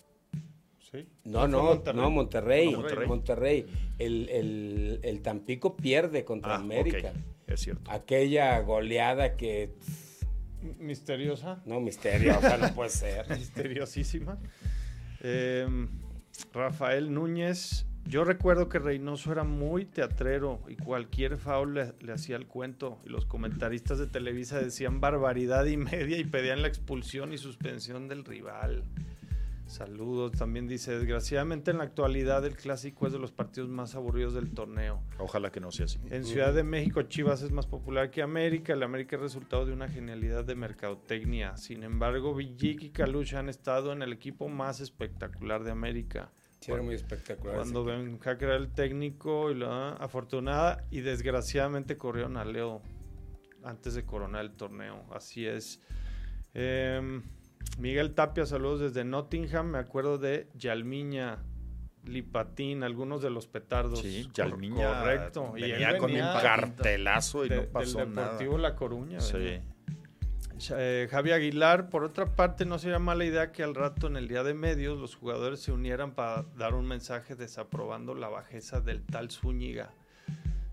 Sí.
No,
Fue
no,
Monterrey.
no, Monterrey,
No, Monterrey.
Monterrey. El, el- el Tampico pierde contra
Ah,
América.
ok, Es cierto.
Aquella goleada que,
Misteriosa.
no, misteriosa, no puede ser.
misteriosísima. Eh, Rafael Núñez. Yo recuerdo que Reynoso era muy teatrero y cualquier foul le, le hacía el cuento. Y los comentaristas de Televisa decían barbaridad y media y pedían la expulsión y suspensión del rival. Saludos. También dice, desgraciadamente en la actualidad el clásico es de los partidos más aburridos del torneo.
Ojalá que no sea así.
En Ciudad de México, Chivas es más popular que América. El América es resultado de una genialidad de mercadotecnia. Sin embargo, Villic y Calucha han estado en el equipo más espectacular de América.
Sí, era muy espectacular.
Cuando Ben Hacker era el técnico y la afortunada y desgraciadamente corrieron a Leo antes de coronar el torneo. Así es. Em, Miguel Tapia, saludos desde Nottingham. Me acuerdo de Yalmiña, Lipatín, algunos de los petardos.
Sí,
Cor-
Yalmiña
Correcto. Y él
venía con
venía
un cartelazo y
de-
no pasó
del
nada.
Deportivo La Coruña.
Sí.
venía. Ch- eh, Javi Aguilar, por otra parte, no sería mala idea que al rato en el día de medios los jugadores se unieran para dar un mensaje desaprobando la bajeza del tal Zúñiga.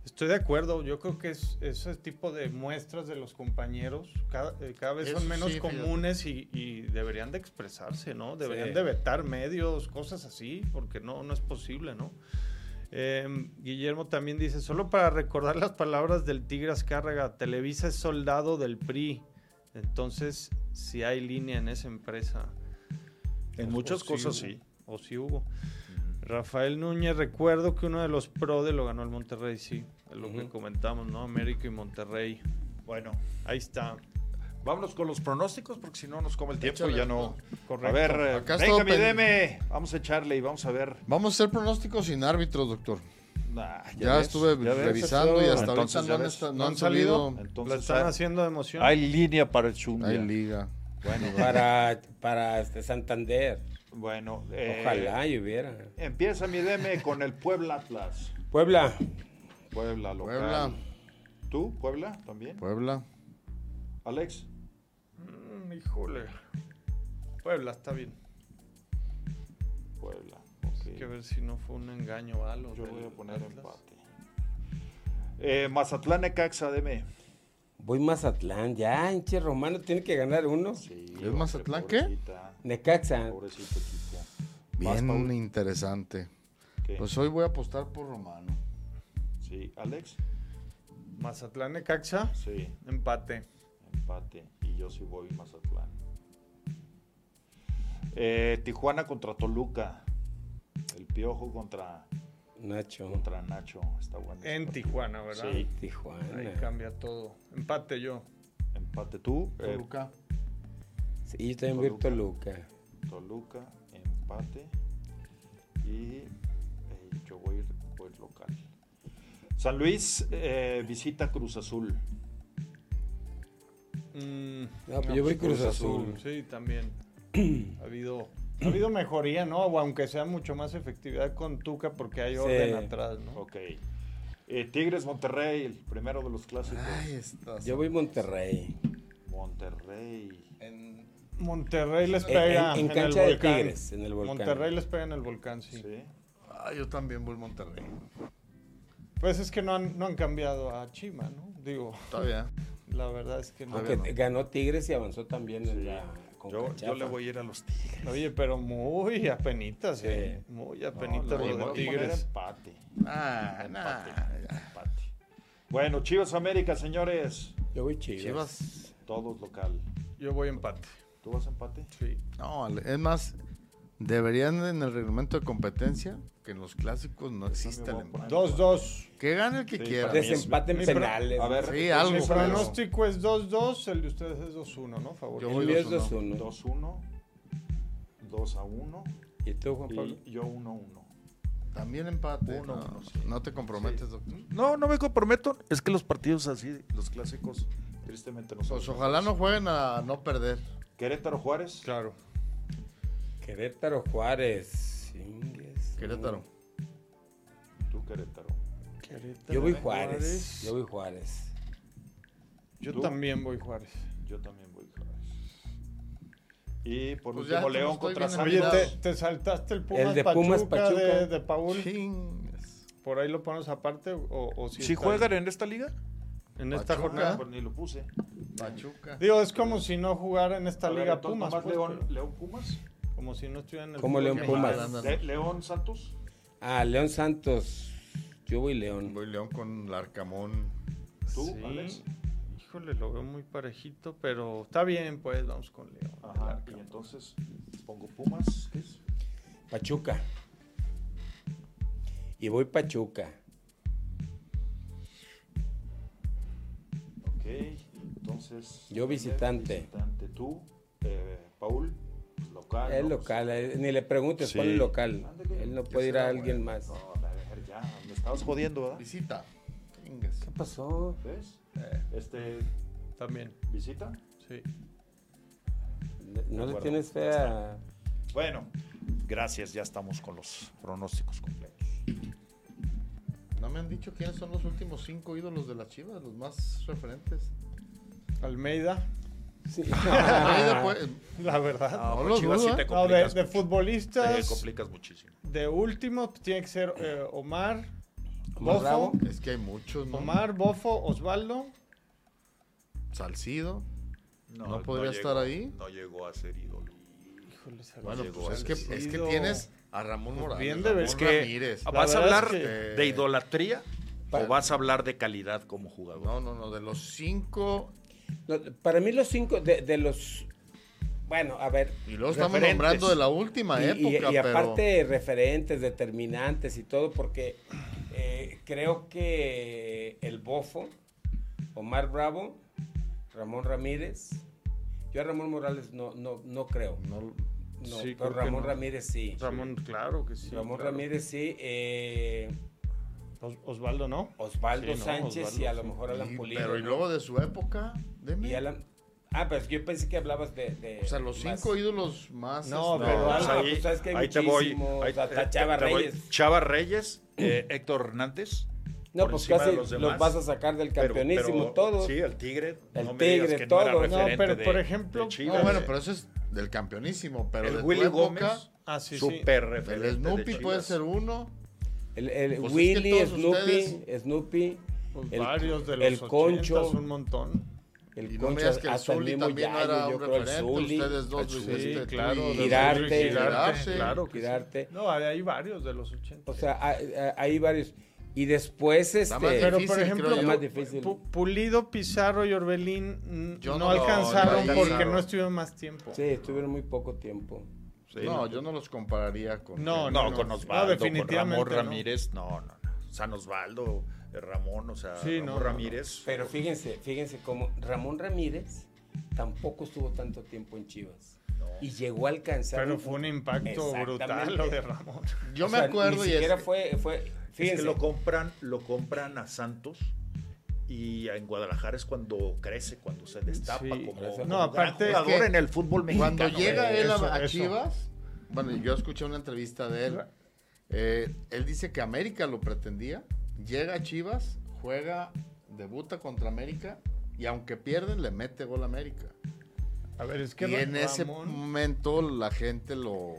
Estoy de acuerdo, yo creo que es, ese tipo de muestras de los compañeros cada, eh, cada vez son
Eso
menos
sí, fíjate.
comunes y, y deberían de expresarse, ¿no? Deberían
Sí.
de vetar medios, cosas así, porque no, no es posible, ¿no? Eh, Guillermo también dice, solo para recordar las palabras del Tigre Azcárraga, Televisa es soldado del PRI. Entonces, si hay línea en esa empresa.
En
O-
muchas
o
cosas
hubo,
sí.
O si hubo. Rafael Núñez, recuerdo que uno de los pro de lo ganó el Monterrey, sí. Es lo que
Ujú.
comentamos, ¿no? América y Monterrey.
Bueno,
Ahí está.
vámonos con los pronósticos porque si no nos come el tiempo y
Échale,
ya no.
Correcto.
A ver, eh,
Acá está
venga mi
open.
DM. Vamos a echarle y vamos a ver.
Vamos a hacer pronósticos sin árbitros, doctor.
Nah,
Ya, estuve
ya ves,
revisando y
eso-
hasta
Entonces,
ahorita
ya
no han,
ves.
esta- no
¿No
han
han
salido.
La
Entonces
están
hay,
haciendo de emoción.
hay línea para el Chumbia.
Hay liga.
Para, para este Santander.
Bueno, eh,
Ojalá y hubiera.
Empieza mi DM con el Puebla Atlas.
Puebla,
Puebla local.
Puebla.
¿Tú, Puebla, también?
Puebla.
Alex.
Mm, híjole. Puebla, está bien.
Puebla.
Hay que
ok.
ver si no fue un engaño a los
Yo
del
voy a poner
Atlas.
empate. Eh, Mazatlán Necaxa DM.
voy Mazatlán, ya, hinche romano, tiene que ganar uno.
¿Es Mazatlán qué?
pobrecita,
Necaxa,
Pobrecito equipo. Vas,
Bien
Paul.
interesante.
¿Qué?
Pues hoy voy a apostar por Romano.
sí, Alex.
Mazatlán Necaxa,
Sí,
empate.
empate. Y yo sí voy Mazatlán.
Eh, Tijuana contra Toluca. El Piojo contra,
Nacho.
contra Nacho. Está bueno. ese
En
partido.
Tijuana, ¿verdad?
Sí.
Ahí
Tijuana.
cambia todo. Empate yo.
Empate tú. eh,
Toluca.
Sí, yo también voy a ir Toluca.
Toluca, empate. Y eh, yo voy a ir, voy a ir local. San Luis eh, visita Cruz Azul.
Mm,
No, pues yo voy Cruz Azul.
Sí, también. Ha habido, ha habido mejoría, ¿no? O Aunque sea mucho más efectividad con Tuca porque hay
Sí.
orden atrás, ¿no?
Ok. Eh, Tigres Monterrey, el primero de los clásicos.
Ay, estás.
Yo voy Monterrey.
Monterrey.
En-
Monterrey les
En-
pega
en-
en,
en cancha de
el volcán.
Tigres, en el volcán.
Monterrey les pega en el volcán, sí.
Sí.
Ah, yo también voy Monterrey.
Pues es que no han, no han cambiado a Chima, ¿no? Digo,
Está bien.
la verdad es que no.
Todavía
Aunque
no.
ganó Tigres y avanzó también en la
Yo, yo
Concachaf.
le voy a ir a los Tigres.
Oye, pero muy apenitas,
Sí.
¿eh? Muy
No,
apenitas
le
los
voy
de
a poner
Tigres.
empate.
Ah,
Empate,
nah.
empate. Bueno, Chivas América, señores.
Yo voy Chivas.
Chivas.
Todos local.
Yo voy empate.
¿Tú vas a empate?
Sí.
No, es más, deberían en el reglamento de competencia que en los clásicos no exista el
voy a poner.
empate.
Dos, dos.
Que gane el que
Sí,
quiera.
para mí es-
Desempate en
Mi pro-
penales.
A ver,
Sí,
entonces,
algo,
Mi
pero-
pronóstico es 2-2, el de ustedes es 2-1, ¿no? Favor.
Yo
El
voy
mío es
2-1.
2-1.
2-1, 2 a 1
¿Y tú, Juan Pablo?
y yo 1-1.
También empate.
Uno,
no,
uno, sí.
no te comprometes, doctor.
No, no me comprometo. Es que los partidos así, los clásicos, tristemente no son.
Pues ojalá no jueguen a no perder.
Querétaro Juárez.
Claro.
Querétaro, Juárez. Ingues.
Querétaro.
Tú Querétaro.
Yo voy ¿eh? Juárez. Yo voy Juárez.
Yo
¿Tú?
también voy Juárez.
Yo también voy Juárez. Y por
Pues ya, tú
último,
no
León
estoy
contra
bien
Oye,
Santos.
te, te saltaste el Pumas
El de
Pachuca,
Pumas Pachuca.
De, de Paul.
Chingues.
¿Por ahí lo pones aparte o, o si
Si
está
juegan en esta liga,
en esta
Pachuca.
Ah,
jornada?
pues ni lo puse.
Pachuca.
Digo, es como si no jugara en esta
A ver,
liga
entonces,
Pumas.
nomás
pues,
León,
pero-
León Pumas. Ah,
como si no estuviera en el
Como León
Qué
Pumas.
mal andan.
Le- León Santos.
Ah, León Santos. Yo voy León.
Voy León con Larcamón.
Tú,
Sí.
Alex.
Híjole, lo veo muy parejito, pero está bien, pues vamos con León.
Ajá. Y entonces pongo Pumas. ¿qué es?
Pachuca. Y voy Pachuca.
Ok, entonces.
Yo visitante.
visitante. Tú, eh, Paul, pues, local.
Es
Ah, ¿no?
local, eh, ni le preguntes cuál
Sí.
es local.
Ándale.
Él no
Ya
puede ir a
será,
alguien
Pues,
más.
No, a ver, ya, me estabas jodiendo, ¿verdad?
Visita. Chingues.
¿Qué pasó?
¿Ves?
Eh.
Este,
También,
visita.
sí.
¿No le
acuerdo.
tienes fe a.?
Bueno, gracias, ya estamos con los pronósticos completos.
No me han dicho quiénes son los últimos cinco ídolos de las Chivas, los más referentes.
Almeida,
Sí.
Ahí después-
la verdad.
No, pues, los Chivas, dudo, sí te ¿eh?
No, de, de futbolistas,
muchísimo.
de último, pues, tiene que ser eh, Omar,
Omar Bravo.
Bofo,
es que hay muchos, ¿no?
Omar, Bofo, Osvaldo,
Salcido. ¿No podría estar ahí?
No llegó a ser ídolo.
Híjole, se
Bueno,
lo-
pues es que, es que
Salcido.
tienes a Ramón Morales.
bien
Ramón
debes
que-
Ramírez.
La
¿Vas a
verdad
hablar
es
que-
de idolatría
Pa-
o vas a hablar de calidad como jugador?
No, no, no, de los cinco.
No, para mí, los cinco, de, de los. Bueno, a ver.
Y luego estamos
Referentes.
nombrando de la última
Y, y-
época,
y aparte,
pero.
referentes, determinantes y todo, porque eh, creo que el Bofo, Omar Bravo, Ramón Ramírez. Yo a Ramón Morales no, no, no creo.
no-
No,
Sí,
pero
creo que
Ramón
no.
Ramírez sí.
Ramón, claro que sí.
Ramón
claro.
Ramírez sí. eh,
Os- Osvaldo, ¿no?
Osvaldo
Sí, no,
Sánchez
Osvaldo,
y a lo
sí.
mejor Alan
y-
Pulido.
pero y
¿no?
luego de su época, Demi.
Y Alan- Ah, pero yo pensé que hablabas de. de
O sea, los
más-
cinco ídolos más.
No,
este,
pero
No,
algo-
pues, sabes que hay muchísimos, hasta
eh,
Chava
te voy-
Reyes.
Chava Reyes, eh, Héctor Hernández.
No,
por
pues
encima
casi
de
los,
demás.
vas a sacar del
Pero-
campeonísimo
pero-
todo.
Sí, el Tigre.
El
no me digas
Tigre,
que no era
todo. No,
referente
pero,
de-
por
de
ejemplo-
Chivas.
No, bueno, pero eso es del campeonísimo. Pero de
el
tu
Willy
época,
Gómez,
Ah, sí, sí.
super referente.
El Snoopy
de
puede
Chivas.
ser uno.
El, el
Pues es que
Willy,
todos
Snoopy,
ustedes-
Snoopy,
Pues
el-
varios de los
el Concho.
ochentas, un montón.
el
y no me
Concha,
digas que el
hasta el
Zully
mismo
también no era
Yayo, yo
un
creo el
referente.
Zully,
Ustedes dos,
Sí,
este,
claro,
Tuli,
de
Girarse.
Girarte.
Girarte, claro. que sí.
Quirarte.
No, hay- hay varios de los 80.
O sea, hay, hay varios. Y después, este.
más
Pero,
difícil,
por
creo
ejemplo,
yo.
Pu-
Más difícil.
Pu- Pulido, Pizarro y Orbelín mm,
Yo
no,
no-
alcanzaron
no
porque
alcanzaron.
no estuvieron más tiempo.
Sí, estuvieron muy poco tiempo.
Sí,
no, yo no los compararía con.
No,
No, con Osvaldo,
No, definitivamente
con
no.
Ramón Ramírez, no, no, no. San Osvaldo, eh, Ramón, o sea,
Sí,
Ramón
no, no,
Ramírez.
Pero fíjense, fíjense cómo Ramón Ramírez tampoco estuvo tanto tiempo en Chivas. Y llegó a alcanzar.
Pero fue un impacto
Exactamente.
brutal lo de Ramón.
Yo
O
me
sea,
acuerdo
Ni
y
siquiera
es-
fue, fue.
Es
Fíjense.
que lo compran, lo compran a Santos y en Guadalajara es cuando crece, cuando se destapa
Sí.
como
No,
como gran
aparte es
jugador
que
en el fútbol mexicano.
Cuando llega
eh,
él a-
eso,
a,
eso.
Chivas, bueno, yo escuché una entrevista de él. eh, él dice que América lo pretendía. Llega a Chivas, juega, debuta contra América y aunque pierden, le mete gol a América.
A ver, es
Y
que
en
Ra-
ese
Ramón-
momento la gente lo.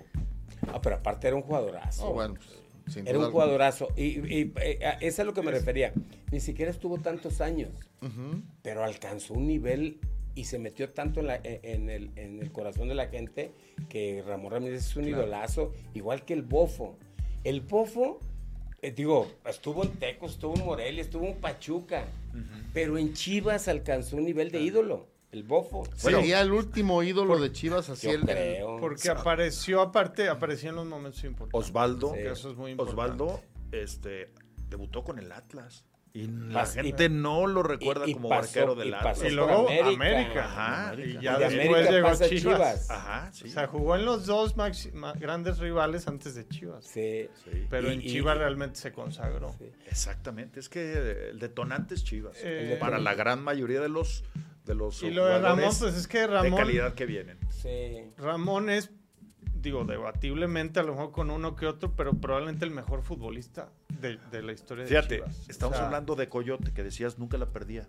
Ah, pero aparte era un jugadorazo.
Oh, bueno, pues, sin
Era
duda
un
alguna.
jugadorazo. Y, y, eh, a- es a lo que me refería. Ni siquiera estuvo tantos años,
Ujú.
pero alcanzó un nivel y se metió tanto en, la- en- en el, en el corazón de la gente que Ramón Ramírez es un idolazo, igual que el Bofo. El Bofo, eh, digo, estuvo en Tecos, estuvo en Morelia, estuvo en Pachuca, pero en Chivas alcanzó un nivel de ídolo. El Bofo.
Sería el último ídolo de Chivas, así
yo
el.
creo.
Porque apareció, aparte, apareció en los momentos importantes.
Osvaldo,
Que eso es muy importante.
Osvaldo, este, debutó con el Atlas y la
Pasó-
gente no lo recuerda
y- y
como
pasó-
barquero del
y
Atlas.
pasó
Y
por
luego América.
América.
Ajá,
Y
América.
ya
Y de
después
América
llegó
pasa a
Chivas.
Chivas.
Ajá, sí.
O sea, jugó en los dos maxi- ma- grandes rivales antes de Chivas.
Sí.
Sí,
Pero
Y-
en
y-
Chivas realmente se consagró.
Sí.
Exactamente, es que eh, el detonante es Chivas
Eh,
para la gran mayoría de los de los
Y lo de Ramón,
jugadores
pues es que
de
Ramón,
calidad que vienen.
Sí.
Ramón es, digo, debatiblemente a lo mejor con uno que otro, pero probablemente el mejor futbolista de, de la historia de
Fíjate,
Chivas. O
estamos
sea,
hablando de Coyote que decías nunca la perdía.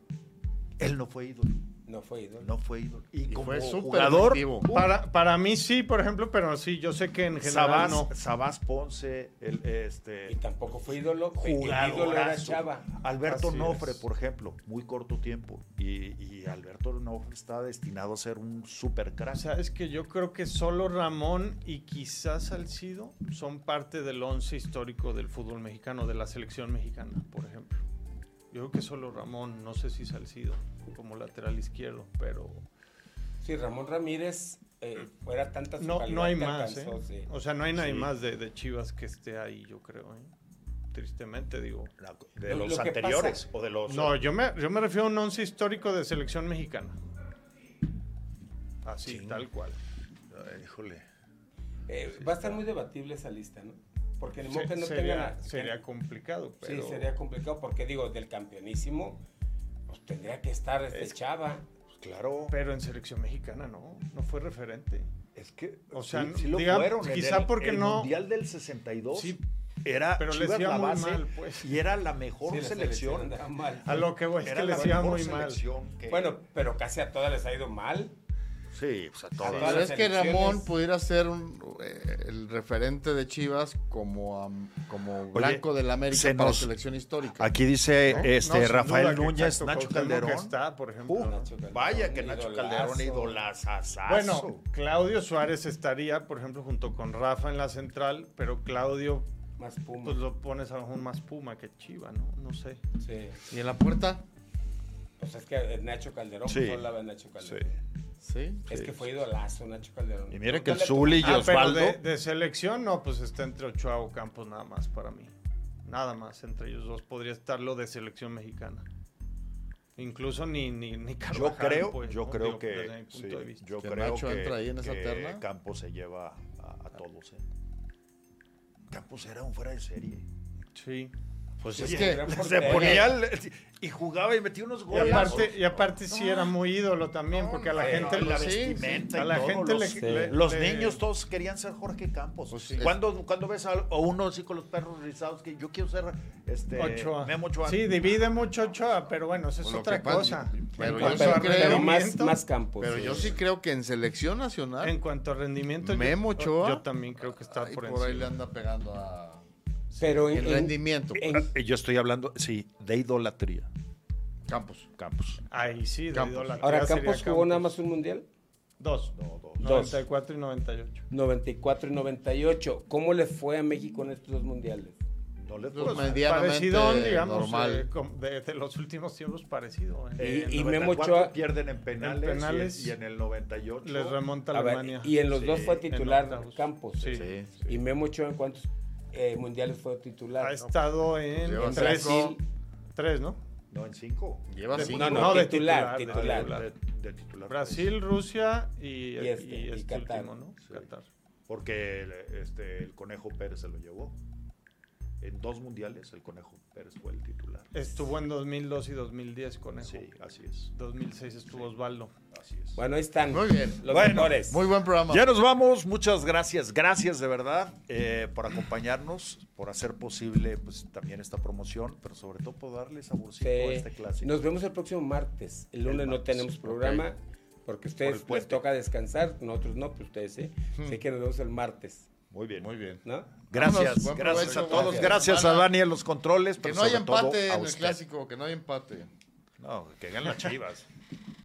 Él no fue ídolo,
No fue ídolo.
no fue ídolo. Y,
Y
como
fue súper
jugador,
efectivo.
Para, para mí sí, por ejemplo, pero sí, yo sé que en general
Sabás,
no.
Sabás Ponce, el, este
Y tampoco fue ídolo. El ídolo era
jugadorazo.
Chava.
Alberto
Así
Nofre,
es.
por ejemplo, muy corto tiempo. Y, y Alberto Nofre está destinado a ser un super
O sea, es que yo creo que solo Ramón y quizás Salcido son parte del once histórico del fútbol mexicano, de la selección mexicana, por ejemplo. Yo creo que solo Ramón, no sé si Salcido como lateral izquierdo, pero
Si Ramón Ramírez eh, fuera tanta su
no,
calidad
no hay
que
más. ¿eh?
alcanzó, sí.
O sea, no hay nadie
Sí.
más de, de Chivas que esté ahí, yo creo. ¿eh? Tristemente digo.
de
Lo-
los
lo que
anteriores
pasa-
o de los
No, yo me, yo me refiero a un once histórico de selección mexicana. Así,
Sí.
tal cual.
Ay, híjole.
Eh, va a estar muy debatible esa lista, ¿no? Porque el modo que
Se-
no
sería,
tenga la-
sería complicado, pero...
Sí, sería complicado porque digo, del campeonísimo pues, tendría que estar este
Es-
Chava.
Pues claro.
Pero en selección mexicana no, no fue referente.
Es que.
O sea,
sí- sí lo
diga,
fueron. en
quizá
el-
porque
el
no-
Mundial del 62.
Sí,
Era
pero les
Chivas
iba
la
muy
base
mal, pues.
y era la mejor
Sí, la
selección.
andaba mal.
A lo que voy, es
Era
que
la
les iba
mejor
muy mal.
selección que-
Bueno, pero casi a todas les ha ido mal.
sí, pues a
todas.
todas.
Pero es que
selecciones.
Ramón pudiera ser un, eh, el referente de Chivas como, am- como blanco del América
se
para
nos-
selección histórica.
Aquí dice
¿No?
este
No, sin duda
Rafael
que
Núñez,
exacto,
Nacho
Cuauhtémoc
Calderón.
que está, por ejemplo.
Uh,
¿no?
Nacho Calderón,
Vaya que Nacho
idolazo.
Calderón idolazazo.
Bueno, Claudio Suárez estaría, por ejemplo, junto con Rafa en la central, pero Claudio,
Más Puma.
pues lo pones a lo mejor más puma que Chiva, ¿no? No sé.
Sí.
¿Y en la puerta?
Pues es que Nacho Calderón,
Sí.
pues, no hablaba de Nacho Calderón.
Sí.
Es que fue idolazo Nacho Calderón.
Y miren que el
Pregúntale a tu
Zuli y
Ah, pero
Osvaldo.
de, de selección, no, pues está entre Ochoa o Campos nada más para mí. Nada más, entre ellos dos podría estar lo de selección mexicana. Incluso ni, ni, ni
Yo
Carvajal,
creo,
pues,
yo
¿no?
creo
Digo,
que.
desde mi punto
sí,
de vista.
yo
Que
creo
Nacho
que,
entra ahí en esa
que
terna.
Campos se lleva a, a todos. ¿eh? Campos era un fuera de serie.
Sí.
Pues
Sí,
es
sí,
que
era un
Se
portero.
ponía el- y jugaba y metía unos
Y
goles.
aparte, y aparte sí era muy ídolo también,
No,
porque a la
no,
gente
no,
le-
Ah, la
sí,
vestimenta
sí.
y
A la
todo,
gente
los,
le- le-
los
le-
niños todos querían ser Jorge Campos.
Pues sí.
cuando cuando ves a, a uno así con los perros rizados que yo quiero ser este
Ochoa.
Memo Ochoa?
Sí, divide mucho Ochoa, pero bueno, eso es
Lo
otra
que pasa-
cosa.
pero
en
yo
cuanto
sí
a
creo- Pero
más,
rendimiento-
más campos.
pero yo pues sí creo que en selección nacional
En cuanto a rendimiento, yo-
Memo Ochoa,
yo también creo que está
ay,
por
por,
encima.
ahí le anda pegando a
Pero en,
el
en-
rendimiento pues,
en-
Ah, Yo estoy hablando, sí, de idolatría,
Campos.
Campos.
Ahí sí, de
Campos.
idolatría
ahora,
sería
Campos jugó nada más un mundial.
Dos.
Dos.
94 y 98.
94 y 98. ¿Cómo le fue a México en estos dos mundiales?
No le
Pues,
fue
Los
mal.
medianamente
Parecidón, digamos,
normal.
eh, com- de, de los últimos tiempos parecido. eh.
Eh, en
y Memo
94
Ochoa-
pierden en penales,
en penales.
y, en, y en el 98
Les remonta
A ver,
Alemania.
y en los dos fue
en
titular
octavos.
Campos.
Sí.
Sí.
Y Memo Ochoa, ¿en cuántos eh, mundiales fue
Ha
titular?
estado en
Lleva
tres,
cinco.
tres, ¿no?
no en 5.
Lleva
De-
cinco.
No, no,
No, de
titular,
titular,
titular.
De, de titular. pues,
Brasil, Rusia y,
Y este,
y
y
este
Qatar.
último, ¿no?
Sí.
Qatar.
Porque el, este, el Conejo Pérez se lo llevó. En dos mundiales el Conejo Pérez fue el titular.
Estuvo en 2002 y 2010 con eso.
Sí, así es.
2006 estuvo Osvaldo.
Así es.
Bueno, ahí están
Muy bien.
los
Bueno,
mejores.
Muy buen programa.
Ya nos vamos, muchas gracias, gracias de verdad eh, por acompañarnos, por hacer posible pues, también esta promoción, pero sobre todo por darle saborcito a
Sí.
este clásico.
Nos vemos el próximo martes. El lunes no
martes,
tenemos programa porque ustedes
Por el
les
puente.
toca descansar, nosotros no, pero ustedes sí. Así que nos vemos el martes,
Muy bien.
Muy bien.
¿no?
Vámonos,
Gracias,
buen
gracias a
provecho,
todos,
gracias.
gracias a
Semana.
Dani en los controles,
Que
pero
no haya
sobre todo
empate
a
en el
usted.
clásico, que no haya empate.
No, que ganen las chivas.